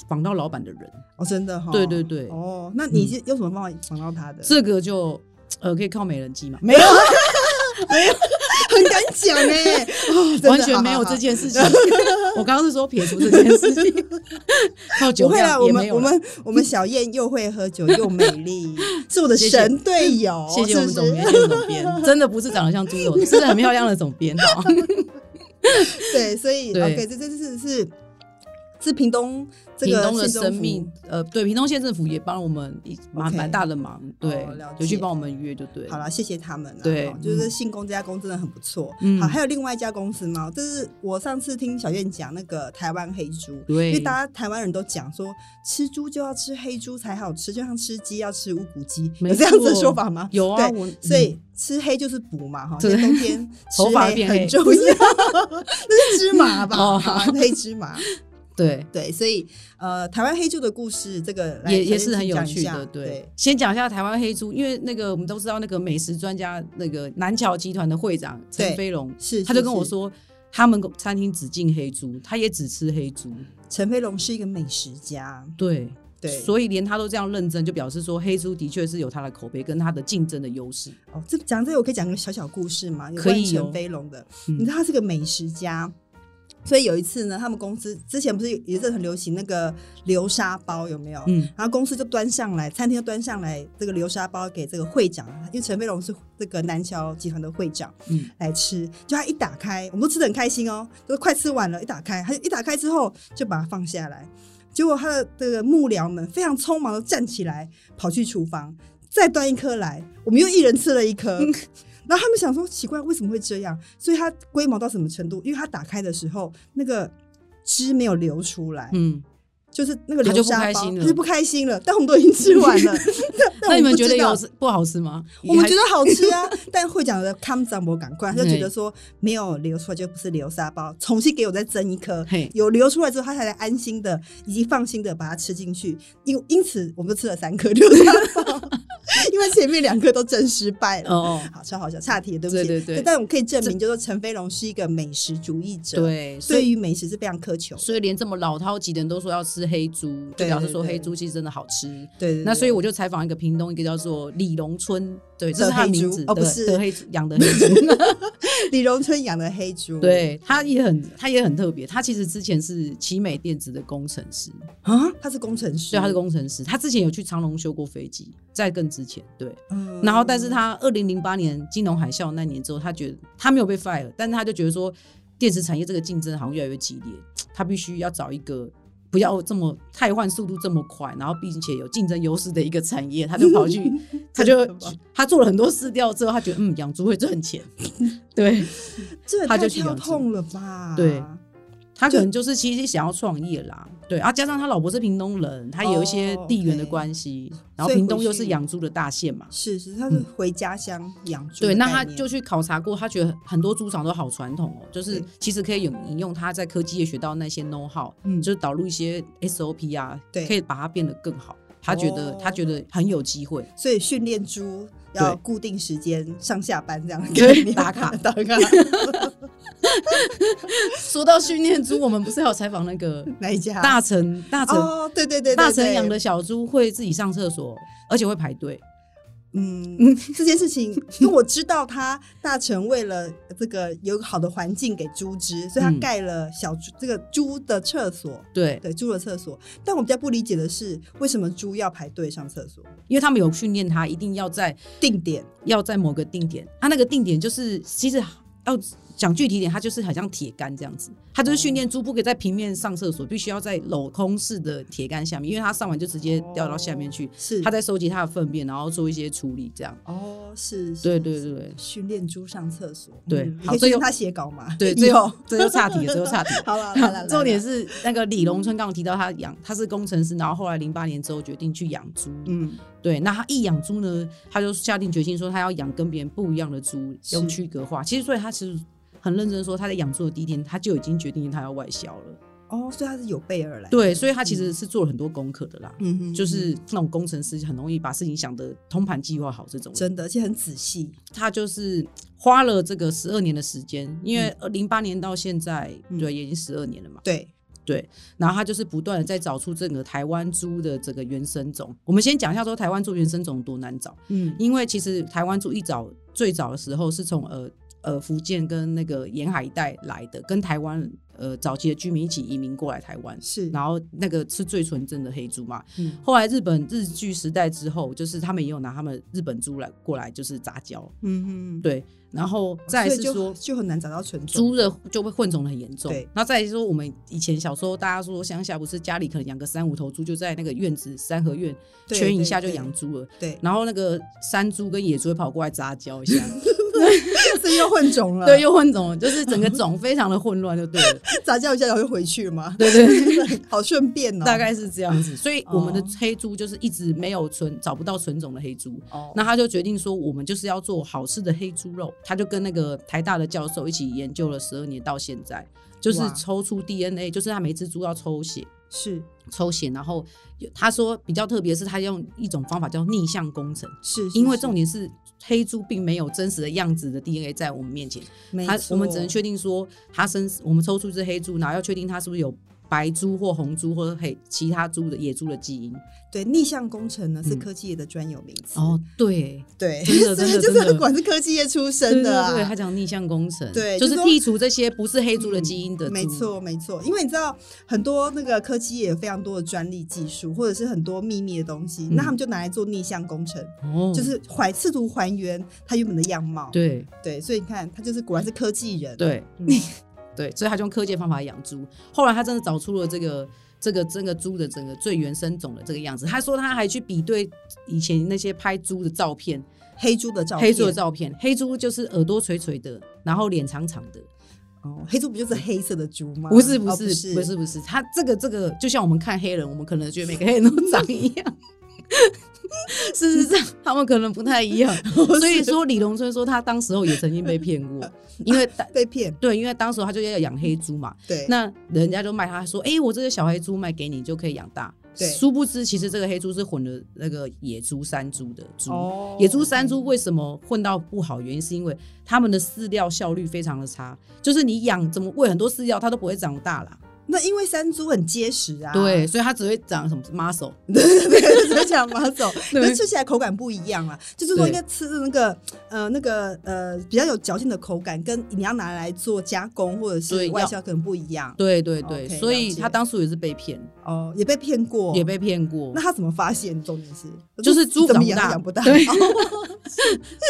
访到老板的人。
哦，真的哈、
对对对嗯
哦，那你是用什么方法访到他的？
这个就呃，可以靠美人计嘛，
没有，没有，很敢讲 哎、哦，真的
完全没有这。件事情。 我刚刚是说撇除这件事情，
好好
靠
好不
酒
会啦，
量
我
也没
们
有
我
啦
们我们小燕又会喝酒又美 丽，是我的神队友，
谢谢我们
哦是
总
不是
编，谢谢 总编，真的不是长得像猪肉，是很漂亮的总编哦。
对，所以
对
OK，这这这是是是屏东这
屏
个
东的
县政府
生命，呃，对，屏东县政府也帮我们一蛮
OK
蛮大的忙，对
哦了，
有
解
去帮我们约，就对。
好了，谢谢他们啦。
对
哦就是
嗯
信工这家公司真的很不错。
嗯
好，还有另外一家公司吗？这是我上次听小燕讲那个台湾黑猪，因为
对
大，家台湾人都讲说吃猪就要吃黑猪才好吃，就像吃鸡要吃乌骨鸡，
没
有这样子的
错
说法吗？
有啊，
对
我
所
嗯
以吃黑就是补嘛，哈，因
对
为冬天吃
头发
黑
变
很
黑
重要， 那是芝麻吧？
哦
哈黑芝麻。
对，
对，所以呃，台湾黑猪的故事，这个来
也
小燕
也是
请
很有
讲一
趣
下
的。对，先讲一下台湾黑猪，因为那个我们都知道，那个美食专家，那个南侨集团的会长
对
陈飞龙，
是
他
是
就跟我
是
说，他们餐厅只进黑猪，他也只吃黑猪，
陈飞龙是一个美食家，
对。
对，
所以连他都这样认真，就表示说黑猪的确是有它的口碑跟它的竞争的优势。
哦，这讲这个我可以讲个小小故事吗？有
可
关于
以
陈
哦
飞龙的，
嗯
你知道他是个美食家。所以有一次呢，他们公司之前不是也是很流行那个流沙包，有没有？
嗯，
然后公司就端上来，餐厅就端上来这个流沙包给这个会长，因为陈飞龙是这个南侨集团的会长，
嗯
来吃。就他一打开，我们都吃的很开心哦，都快吃完了，一打开，他就一打开之后就把它放下来。结果他的这个幕僚们非常匆忙的站起来，跑去厨房再端一颗来，我们又一人吃了一颗。然后他们想说奇怪为什么会这样，所以它龟毛到什么程度？因为它打开的时候那个汁没有流出来，
嗯，
就是那个
他
流
就不
沙包，
开心了
他就不开心了。但我们都已经吃完 了，但但
那你
我
们
不
觉得
知道
有吃不好吃吗？
我们
还
觉得好吃啊， 但会讲的康长博赶快，他就觉得
嗯
说没有流出来就不是流沙包，重新给我再蒸一颗
嘿，
有流出来之后，他才来安心的以及放心的把它吃进去。因因此，我们就吃了三颗流沙包， 因为前面两颗都蒸失败了。
哦，
好，超好笑，岔题了，对不起。
对对对
但我们可以证明，就是说陈飞龙是一个美食主义者，
对，所以
对于美食是非常苛求。
所以连这么老饕级的人都说要吃黑猪，就
对
表示
对
说
对
黑猪其实真的好吃。
对对
那所以
我
我就采访一个屏东一个叫做李荣春，对，这
的
是他的
黑
名
猪
字，
哦不
对
是
德黑猪养的黑 猪。
李荣春养的黑猪，
对他也很他也很特别，他其实之前是奇美电子的工程师，
啊，他是工程师，
对，他是，工程师，他之前有去长隆修过飞机，在更之前，对。
嗯
然后，但是他二零零八年金融海啸那年之后，他觉得他没有被 fire，但是他就觉得说，电池产业这个竞争好像越来越激烈，他必须要找一个不要这么太换速度这么快，然后并且有竞争优势的一个产业，他就 跑去，他就
真的吗
他做了很多试调之后，他觉得嗯，养猪会赚 钱，对
这也
他
太
就去
跳
养猪
痛了吧？
对他
就
可能就是其实想要创业啦，对，啊，加上他老婆是屏东人，他也有一些
哦
地缘的
OK
关系，然后
所以
屏
回
东又是
去
养猪的大县嘛，
是是，他是回家乡养猪的概
嗯对，
念。
那他就去考察过，他觉得很多猪场都好传统哦，就是
对
其实可以有引用他在科技业学到那些 know how，
嗯
就是导入一些 SOP 啊，
对
可以把它变得更好。他觉得、
哦
他觉得很有机会，
所以训练猪要
对
固定时间上下班这样的
对
概 念
打卡
打 卡
说到训练猪，我们不是还有采访那 个
哪一家
大成大成、
哦，对对对，对
大成
对
养的小猪会自己上厕所，而且会排队。
嗯，这件事情，因为我知道他大成为了这个有好的环境给猪只，所以他
嗯
盖了小猪这个猪的厕所，
对，
对猪的厕所。但我比较不理解的是，为什么猪要排队上厕所？
因为他们有训练他一定要在
定点
要在某个定点，啊它那个定点就是其实要讲具体点，它就是很像铁杆这样子，它就是训练猪不可以在平面上厕所，必须要在镂空式的铁杆下面，因为它上完就直接掉到下面去，
是
它在收集它的粪便，然后做一些处理这样。
哦，是，是
对对对对
训练猪上厕所，
对
嗯你
好
可以
最
训
后
练他写稿嘛？
对，
以
最后
后
这就差题了，这就差题了。
好了，来来来
重点
来
是那个李荣春刚刚提到他养，他是工程师，然后后来零八年之后决定去养猪，
嗯，
对，那他一养猪呢，他就下定决心说他要养跟别人不一样的猪，
是
用区隔化。其实，所以他其实很认真说，他在养猪的第一天，他就已经决定他要外销了。
哦，所以他是有备而来，，
对，所以他其实是做了很多功课的啦，
嗯哼，
就是那种工程师很容易把事情想得通盘计划好这种人。
真的，而且很仔细，
他就是花了这个十二年的时间，因为零八年到现在，
嗯
对，也已经十二年了嘛。
对，
然后他就是不断的在找出整个台湾猪的这个原生种。我们先讲一下说台湾猪原生种多难找。
嗯，
因为其实台湾猪一早最早的时候是从呃呃福建跟那个沿海一带来的，跟台湾呃早期的居民一起移民过来台湾，
是，
然后那个是最纯正的黑猪嘛。
嗯
后来日本日据时代之后，就是他们也有拿他们日本猪来过来就是杂交，
嗯嗯，
对，然后再来
所
是
以就
说。
就很难找到纯种
猪的就会混种的很严重
对，
那再来说我们以前小时候大家说乡下不是家里可能养个三五头猪，就在那个院子三合院
对
圈一
对
下就
对
养猪了，
对，
然后那个山猪跟野猪会跑过来杂交一下，
所以又混种了，
对，，又混种了，就是整个种非常的混乱，就对了，
杂交一下然后就回去嘛，
对对，
好顺便哦，
大概是这样子。所以我们的
哦
黑猪就是一直没有纯找不到纯种的黑猪，
哦，
那他就决定说，我们就是要做好吃的黑猪肉。他就跟那个台大的教授一起研究了十二年，到现在就是
哇
抽出 DNA，就是他每只猪要抽血。
是
抽血，然后有他说比较特别是，他用一种方法叫逆向工程，
是，
因为重
点
点是黑猪并没有真实的样子的 DNA 在我们面前，它我们只能确定说它身，我们抽出一只黑猪，然后要确定它是不是有白猪或红猪或者黑其他猪的野猪的基因。
对逆向工程呢是
嗯哦
科技业的专有名词，，
对，
对，
真 的
所以
真的
就
真
是
的
不管是科技业出身
对
的
对对，
啊
它。讲逆向工程，
对
就是
就说嗯
剔除这些不是黑猪的基因的猪，
没，错，没错，因为你知道很多那个科技业有非常多的专利技术，或者是很多秘密的东西，
嗯
那他们就拿来做逆向工程，
哦，
就是还试图还原它原本的样貌。
对
对所以你看，他就是果然是科技人。
对
嗯，
对，所以他就用科技的方法养猪。后来他真的找出了这个这个这个猪的整个最原生种的这个样子。他说他还去比对以前那些拍猪的照片，
黑猪的照片，
黑猪的照片，黑猪就是耳朵垂垂的，然后脸长长的。
哦，黑猪不就是黑色的猪吗？
不是不
哦
是、
是
不，是不是，他这个这个就像我们看黑人，我们可能觉得每个黑人 都长一样。事实上，他们可能不太 一样，所以说李荣春说他当时候也曾经被骗 过，因为当
被骗。
对，因为当时他就要养黑猪嘛，
对，
那人家就卖他说，哎、我这个小黑猪卖给你就可以养大，
对
殊不知其实这个黑猪是混了那个野猪、山猪的猪，
哦
野猪、山猪为什么混到不好？原因是因为它们的饲料效率非常的差，就是你养怎么喂很多饲料，它都不会长大啦。
那因为山猪很结实啊，
对，所以它只会长什么 muscle，
对，只是讲马走，
对
可是吃起来口感不一样啊。就是说，
对
应该吃的那个呃那个呃比较有嚼劲的口感，跟你要拿来做加工或者
对
是
要
外销可能不一样。
对对对
OK，
所以
了解
他当初也是被骗，
哦，也被骗过，
也。被骗 过
那，他怎么发现？重点是，
就是猪
怎么
长不
养
大
都养不大，
对
哦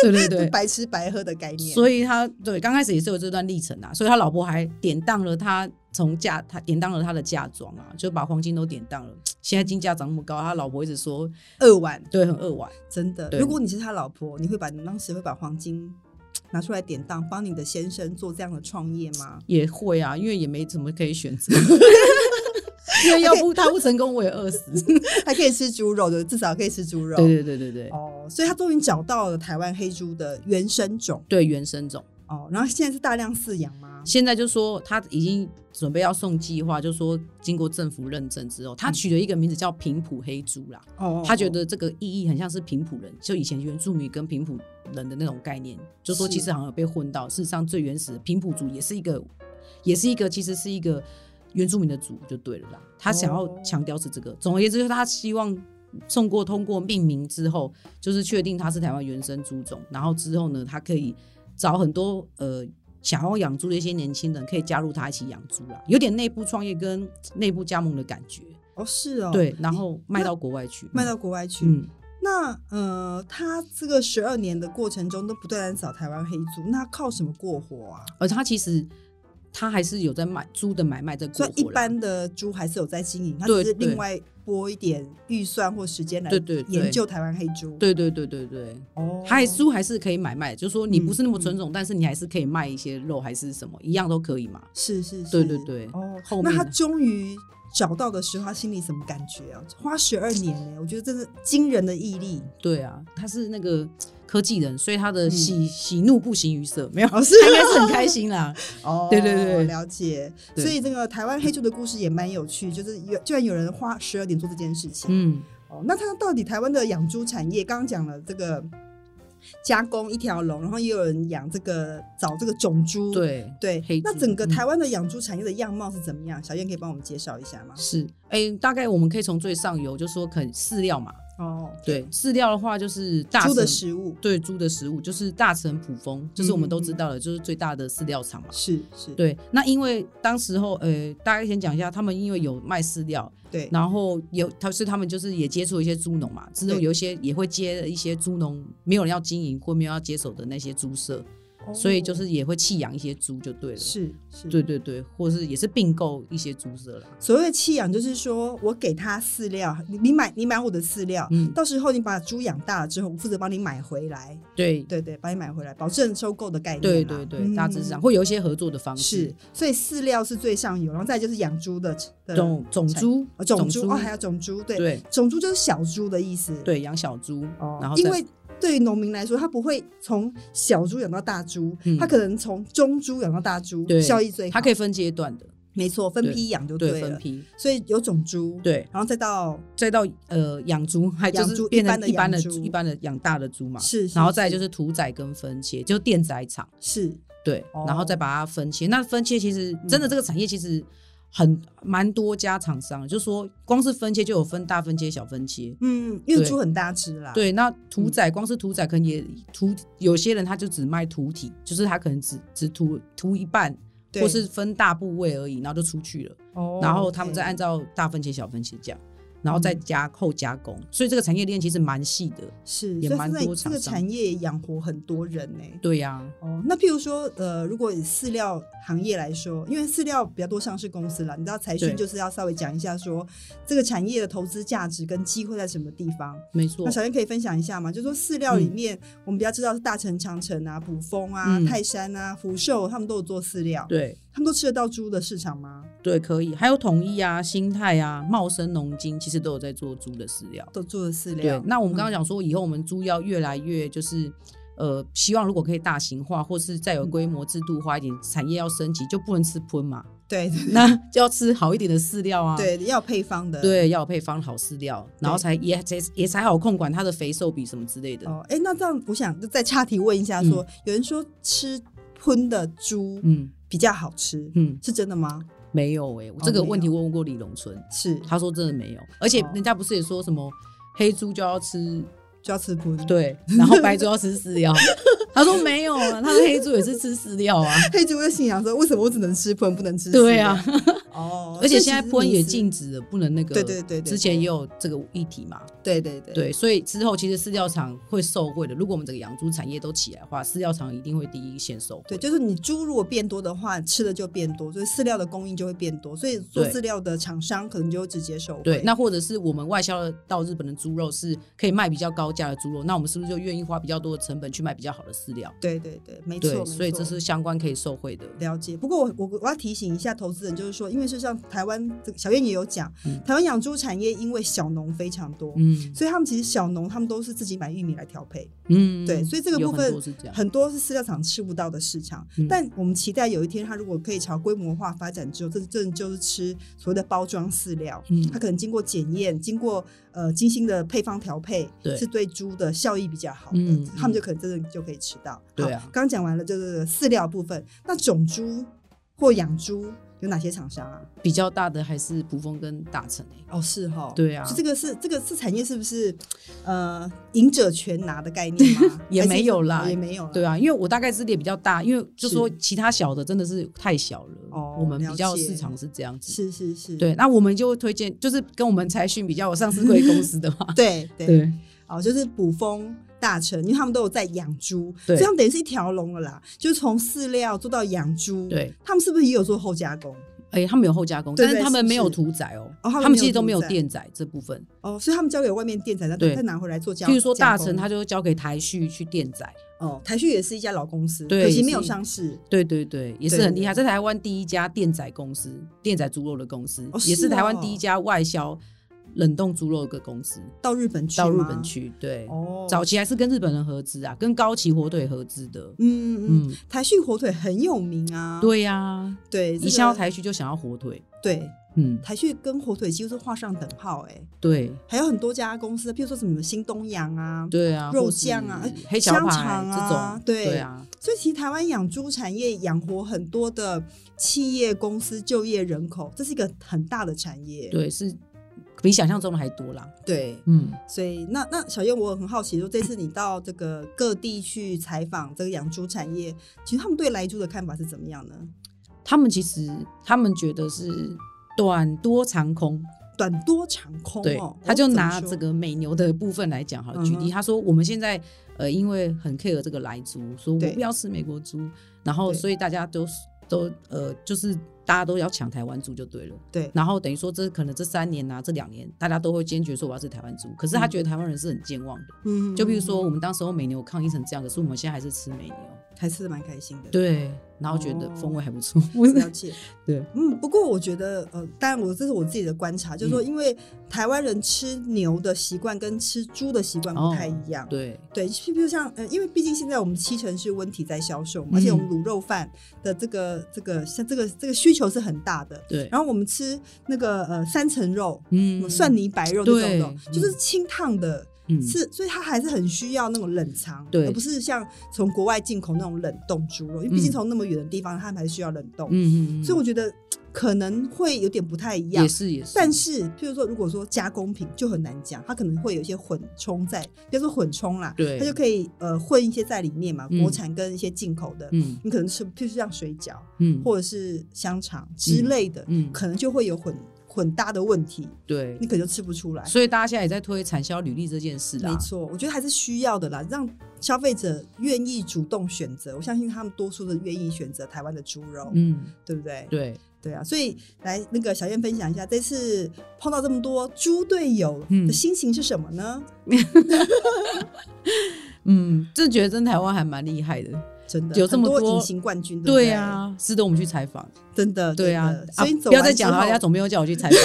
对 对对。
白吃白喝的概念。
所以他对刚开始也是有这段历程啊，所以他老婆还典当了他从嫁，他典当了他的嫁妆啊，就把黄金都典当了。现在金价涨那么高，他老婆一直说
二碗
对很扼腕，
真的，
对
如果你是他老婆，你会把你当时会把黄金拿出来典当，帮你的先生做这样的创业吗？
也会啊，因为也没什么可以选 择，因为要不他不成功我也饿死。
还可以吃猪肉的，至少可以吃猪肉。
对对对对对，
哦，所以他终于找到了台湾黑猪的原生种
对原生种。
哦，然后现在是大量饲养吗？
现在就说他已经准备要送计划，就说经过政府认证之后，他取了一个名字叫平埔黑猪啦。
哦
他觉得这个意义很像是平埔人，就以前原住民跟平埔人的那种概念，就说
是
其实好像有被混到，事实上最原始的平埔族也是一个，也是一个其实是一个原住民的族就对了啦。他想要
哦
强调是这个，总而言之，就是他希望。送过通过命名之后，就是确定它是台湾原生猪种，然后之后呢，他可以找很多呃想要养猪的一些年轻人，可以加入他一起养猪啦，有点内部创业跟内部加盟的感觉。
哦是哦，
对，然后卖到国外去，
卖到国外去。
嗯，
那呃，他这个十二年的过程中都不断的找台湾黑猪，那他靠什么过活啊？
而他其实他还是有在买猪的买卖在过
所
活
以一
啦
般的猪还是有在经营，他
对
只是
对
另外拨一点预算或时间来
对对对
研究台湾黑猪。
对对对对对，
哦，
还猪还是可以买卖，就是说你
嗯
不是那么纯种，但是你还是可以卖一些肉还是什么，一样都可以嘛。
是是是，
对对对
哦，
后
那
面
他
呢
终于找到的时候，他心里什么感觉啊？花十二年呢、我觉得真的惊人的毅力。
对啊，他是那个科技人，所以他的喜、喜怒不形于 色，没有，
哦，是
嗯他应该是很开心啦。
哦
对对对
了解。
对
所以这个台湾黑猪的故事也蛮有趣，就是有居然有人花十二点做这件事情。
嗯，
哦，那他到底台湾的养猪产业，刚刚讲了这个加工一条龙，然后也有人养这个找这个种猪，
对。
对
黑
那
猪
整个
嗯
台湾的养猪产业的样貌是怎么样？小燕可以帮我们介绍一下吗？
是，哎、大概我们可以从最上游，就说可能饲料嘛，
哦，
嗯对，饲料的话就是大
猪的
成
食物
对猪的食物，就是大成普丰，就是我们都知道的，就是最大的饲料厂嘛。
是是，
对，那因为当时候，呃，大概先讲一下，他们因为有卖饲料，
对
然后有，他是他们就是也接触一些猪农嘛，之后
对
有一些也会接一些猪农没有人要经营或没有要接手的那些猪舍，
哦
所以就是也会弃养一些猪就对了。
是是，
对对对，或是也是并购一些猪舍啦。
所谓的弃养，就是说我给它饲料，你你买你买我的饲料，
嗯，
到时候你把猪养大了之后，我负责帮你买回来，
对
对对，帮你买回来，保证收购的概念
对
啦
对对，大致上
嗯
会有一些合作的方式
是，，所以饲料是最上游，然后再来就是养猪的的
种种猪
呃，种猪哦，还有种猪，对，
对
种猪就是小猪的意思，，
对养小猪，
哦，
然后
因
再
为。对于农民来说，他不会从小猪养到大猪，
嗯
他可能从中猪养到大猪，
对
效益最好。
它可以分阶段的，
没错，分批养就
对，
了。
分批，
所以有种猪，，
对，
然后再到
再到呃养猪，还就
养
是
猪一
变
般
成
的
一般的
养猪
猪一般的养大的猪嘛，
是是
然后再来
是
就是屠宰跟分切，就是电宰场，
是
对，然后再
哦嗯
把它分切。那分切其实真的这个产业其实很蛮多家厂商的，就说光是分切就有分大分切、小分切。
嗯，因为
对
猪很大只啦，，
对，那
嗯
屠宰光是屠宰，可能也屠有些人他就只卖屠体，就是他可能只只屠屠一半，
对
或是分大部位而已，然后就出去了。
哦
然后他们再
OK
按照大分切、小分切这样，然后再
嗯
加后加工，所以这个产业链其实蛮细的。
是，
也
所以
蛮
现在
多
这
厂
个
商
产业养活很多人呢、
对啊呀、
哦，那譬如说，呃，如果以饲料行业来说，因为饲料比较多上市公司啦，你知道财
对
讯就是要稍微讲一下说这个产业的投资价值跟机会在什么地方。
没错
那，小燕可以分享一下吗？就是说饲料里面，我们比较知道是大成、长城啊、卜蜂啊、
嗯
泰山啊、福寿，他们都有做饲料，
对
他们都吃得到猪的市场吗？
对，可以。还有统一啊、心态啊、茂生农金，其实都有在做猪的饲料。
都做的饲
对啊嗯
料，，
那我们刚刚讲说，以后我们猪要越来越就是。呃，希望如果可以大型化，或是再有规模制度化一点，产业要升级，就不能吃喷嘛，
对对
那 就要吃好一点的饲料啊。
对，要有配方的。
对，要有配方好饲料，然后
对
才也才也才好控管它的肥瘦比什么之类的。
哦，哎，那这样我想就再岔题问一下说，有人说吃荤的猪
嗯
比较好吃，
嗯，
是真的吗？
没有哎、这个问题
哦没
我问过李龙春，
是
他说真的没有，而且
哦嗯
人家不是也说什么黑猪就要吃
就要吃补
对，然后白猪要吃饲料，他说没有啊，他的黑猪也是吃饲料 啊，
黑猪就信仰说，为什么我只能吃喷不能吃？
对啊，，
哦，
而且
这
现在
其实
喷也
迷思，
禁止了，不能那个，
对对对对
之前也有这个议题嘛，
对对对
对，所以之后其实饲料厂会受惠的。如果我们整个养猪产业都起来的话，饲料厂一定会第一先受惠。
对，就是你猪如果变多的话，吃的就变多，所以饲料的供应就会变多，所以做
对
饲料的厂商可能就会直接收回。
对，那或者是我们外销到日本的猪肉是可以卖比较高价的猪肉，那我们是不是就愿意花比较多的成本去买比较好的饲料？
对对对，没错，
对，
没
所以这
错
是相关可以受惠的。
了解，不过我我我要提醒一下投资人，就是说，因为就像台湾这个小燕也有讲，
嗯
台湾养猪产业因为小农非常多，
嗯
所以他们其实小农他们都是自己买玉米来调配，
嗯，
对所以这个
有
部
很
分
多是这样。
很多是饲料厂吃不到的市场。
嗯
但我们期待有一天，它如果可以朝规模化发展之后，这这就是吃所谓的包装饲料，
嗯
它可能经过检验，经过呃精心的配方调配，
对
是对猪的效益比较好的，
嗯嗯
他们就可能真的就可以吃到。
对
好
啊
刚讲完了就是饲料部分，那种猪或养猪有哪些厂商啊？
比较大的还是蒲峰跟大成欸
哦，是哈，
对啊？
所以这个是这个是产业是不是呃赢者全拿的概念吗
也
还是
没有啦
哦也没有啦，
对啊，因为我大概资历也比较大，因为就是说其他小的真的是太小了，
哦
我们
了
比较
解
市场是这样子。
是是是，，
对，那我们就推荐，就是跟我们财讯比较有上市贵公司的话
对对
对
哦，就是捕风大成，因为他们都有在养猪，所
对
以他们等于是一条龙了啦，就是从饲料做到养猪。，
对，
他们是不是也有做后加工？
哎、他们有后加工，
对
但是
对
他们
是
没有
是
屠宰哦，
哦他们没
他们
有
其实都没有
屠宰
电宰这部分。
哦，所以他们交给外面电宰，再
对
再拿回来做加。
譬如说大成，
加
他就交给台旭去电宰，
工哦，台旭也是一家老公司，
对
可惜
也
没有
是
上市。
对对对，也是
对
很厉害，在台湾第一家电宰公司，电宰猪肉的公司，
哦
也
是
是台湾
哦
第一家外销冷冻猪肉的公司，
到日本去，
到日本。去，对。
哦，
早期还是跟日本人合资啊，跟高崎火腿合资的。
嗯嗯，
嗯，
台旭火腿很有名啊。
对呀、
对，
一
这
想到
个
台区就想要火腿。
对
嗯，
台旭跟火腿几乎是画上等号哎、
对
还有很多家公司，譬如说什么新东阳啊，
对啊，
肉
或是
酱啊哎
黑小
香
排
肠
这
啊
种，
对
啊，
所以其实台湾养猪产业养活很多的企业、公司、就业人口，这是一个很大的产业。
对是比想象中的还多啦。
对
嗯，
所以那那小燕，我很好奇，说这次你到这个各地去采访这个养猪产业，其实他们对来猪的看法是怎么样呢？
他们其实他们觉得是短多长空，
短多长空
对
哦，，
他就拿
哦
这，个美牛的部分来讲好了，举
嗯
例，
哼
他说我们现在呃因为很 care 这个来猪，说我
对
不要吃美国猪，然后
对
所以大家都都呃就是大家都要抢台湾猪就对了。
怎么说
然后等于说这可能这三年啊，这两年大家都会坚决说我要吃台湾猪，可是他觉得台湾人是很健忘的。
对，嗯
就比如说我们当时候美牛抗议成这样，可是我们现在还是吃美牛，
还是蛮开心的。
对，然后觉
哦
得风味还 不错，不
了
是
解，
对，
嗯，不过我觉得，呃，当然我这是我自己的观察，
嗯
就是说，因为台湾人吃牛的习惯跟吃猪的习惯不太一样，
哦对
对，是不是像呃，因为毕竟现在我们七成是温体在销售嘛，
嗯
而且我们卤肉饭的这个这个像这个这个需求是很大的。
对，
然后我们吃那个呃三层肉、
嗯
蒜泥白肉这种
对
的，就是清烫的，
嗯
是所以它还是很需要那种冷藏，
对
而不是像从国外进口那种冷冻猪肉，因为毕竟
嗯
从那么远的地方，他们还是需要冷冻。
嗯嗯，嗯
所以我觉得可能会有点不太一样
也。是也是，
但是，譬如说，如果说加工品就很难讲，它可能会有一些混充在，比如说混充啦，
对
它就可以呃混一些在里面嘛，
嗯
国产跟一些进口的，
嗯
你可能吃，譬如像水饺
嗯
或者是香肠之类的，
嗯
可能就会有混混搭的问题，
对
你，可能就吃不出来。
所以大家现在也在推产销履历这件事
没
啊，
错，我觉得还是需要的啦，让消费者愿意主动选择。我相信他们多数的愿意选择台湾的猪肉，
嗯，
对不对？
对，
对啊，所以来那个小燕分享一下，这次碰到这么多猪队友
嗯
的心情是什么呢？
嗯，这觉得真台湾还蛮厉害的，
真的
有这么
很多
多
隐形冠军，
对
呀、
啊，值得我们去采访，
真的，
对啊
真的，
啊
所以走
不要
完
再讲
之
了，
后
人家总没有叫我去采 访，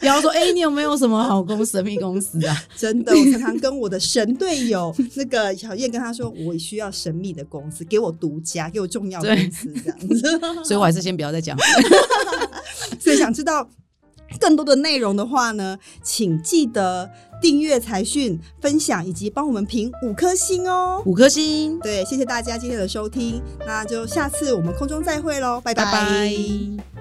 然后说，哎，你有没有什么好公神秘公司 啊？
真的，我常常跟我的神队友 那个小燕跟他说，我需要神秘的公司，给我独家，给我重要公司这样子。
所以我还是先不要再讲。
所以想知道更多的内容的话呢，请记得订阅财讯、分享以及帮我们评五颗星哦。
五颗星，
对，谢谢大家今天的收听，那就下次我们空中再会喽，拜
拜
拜
拜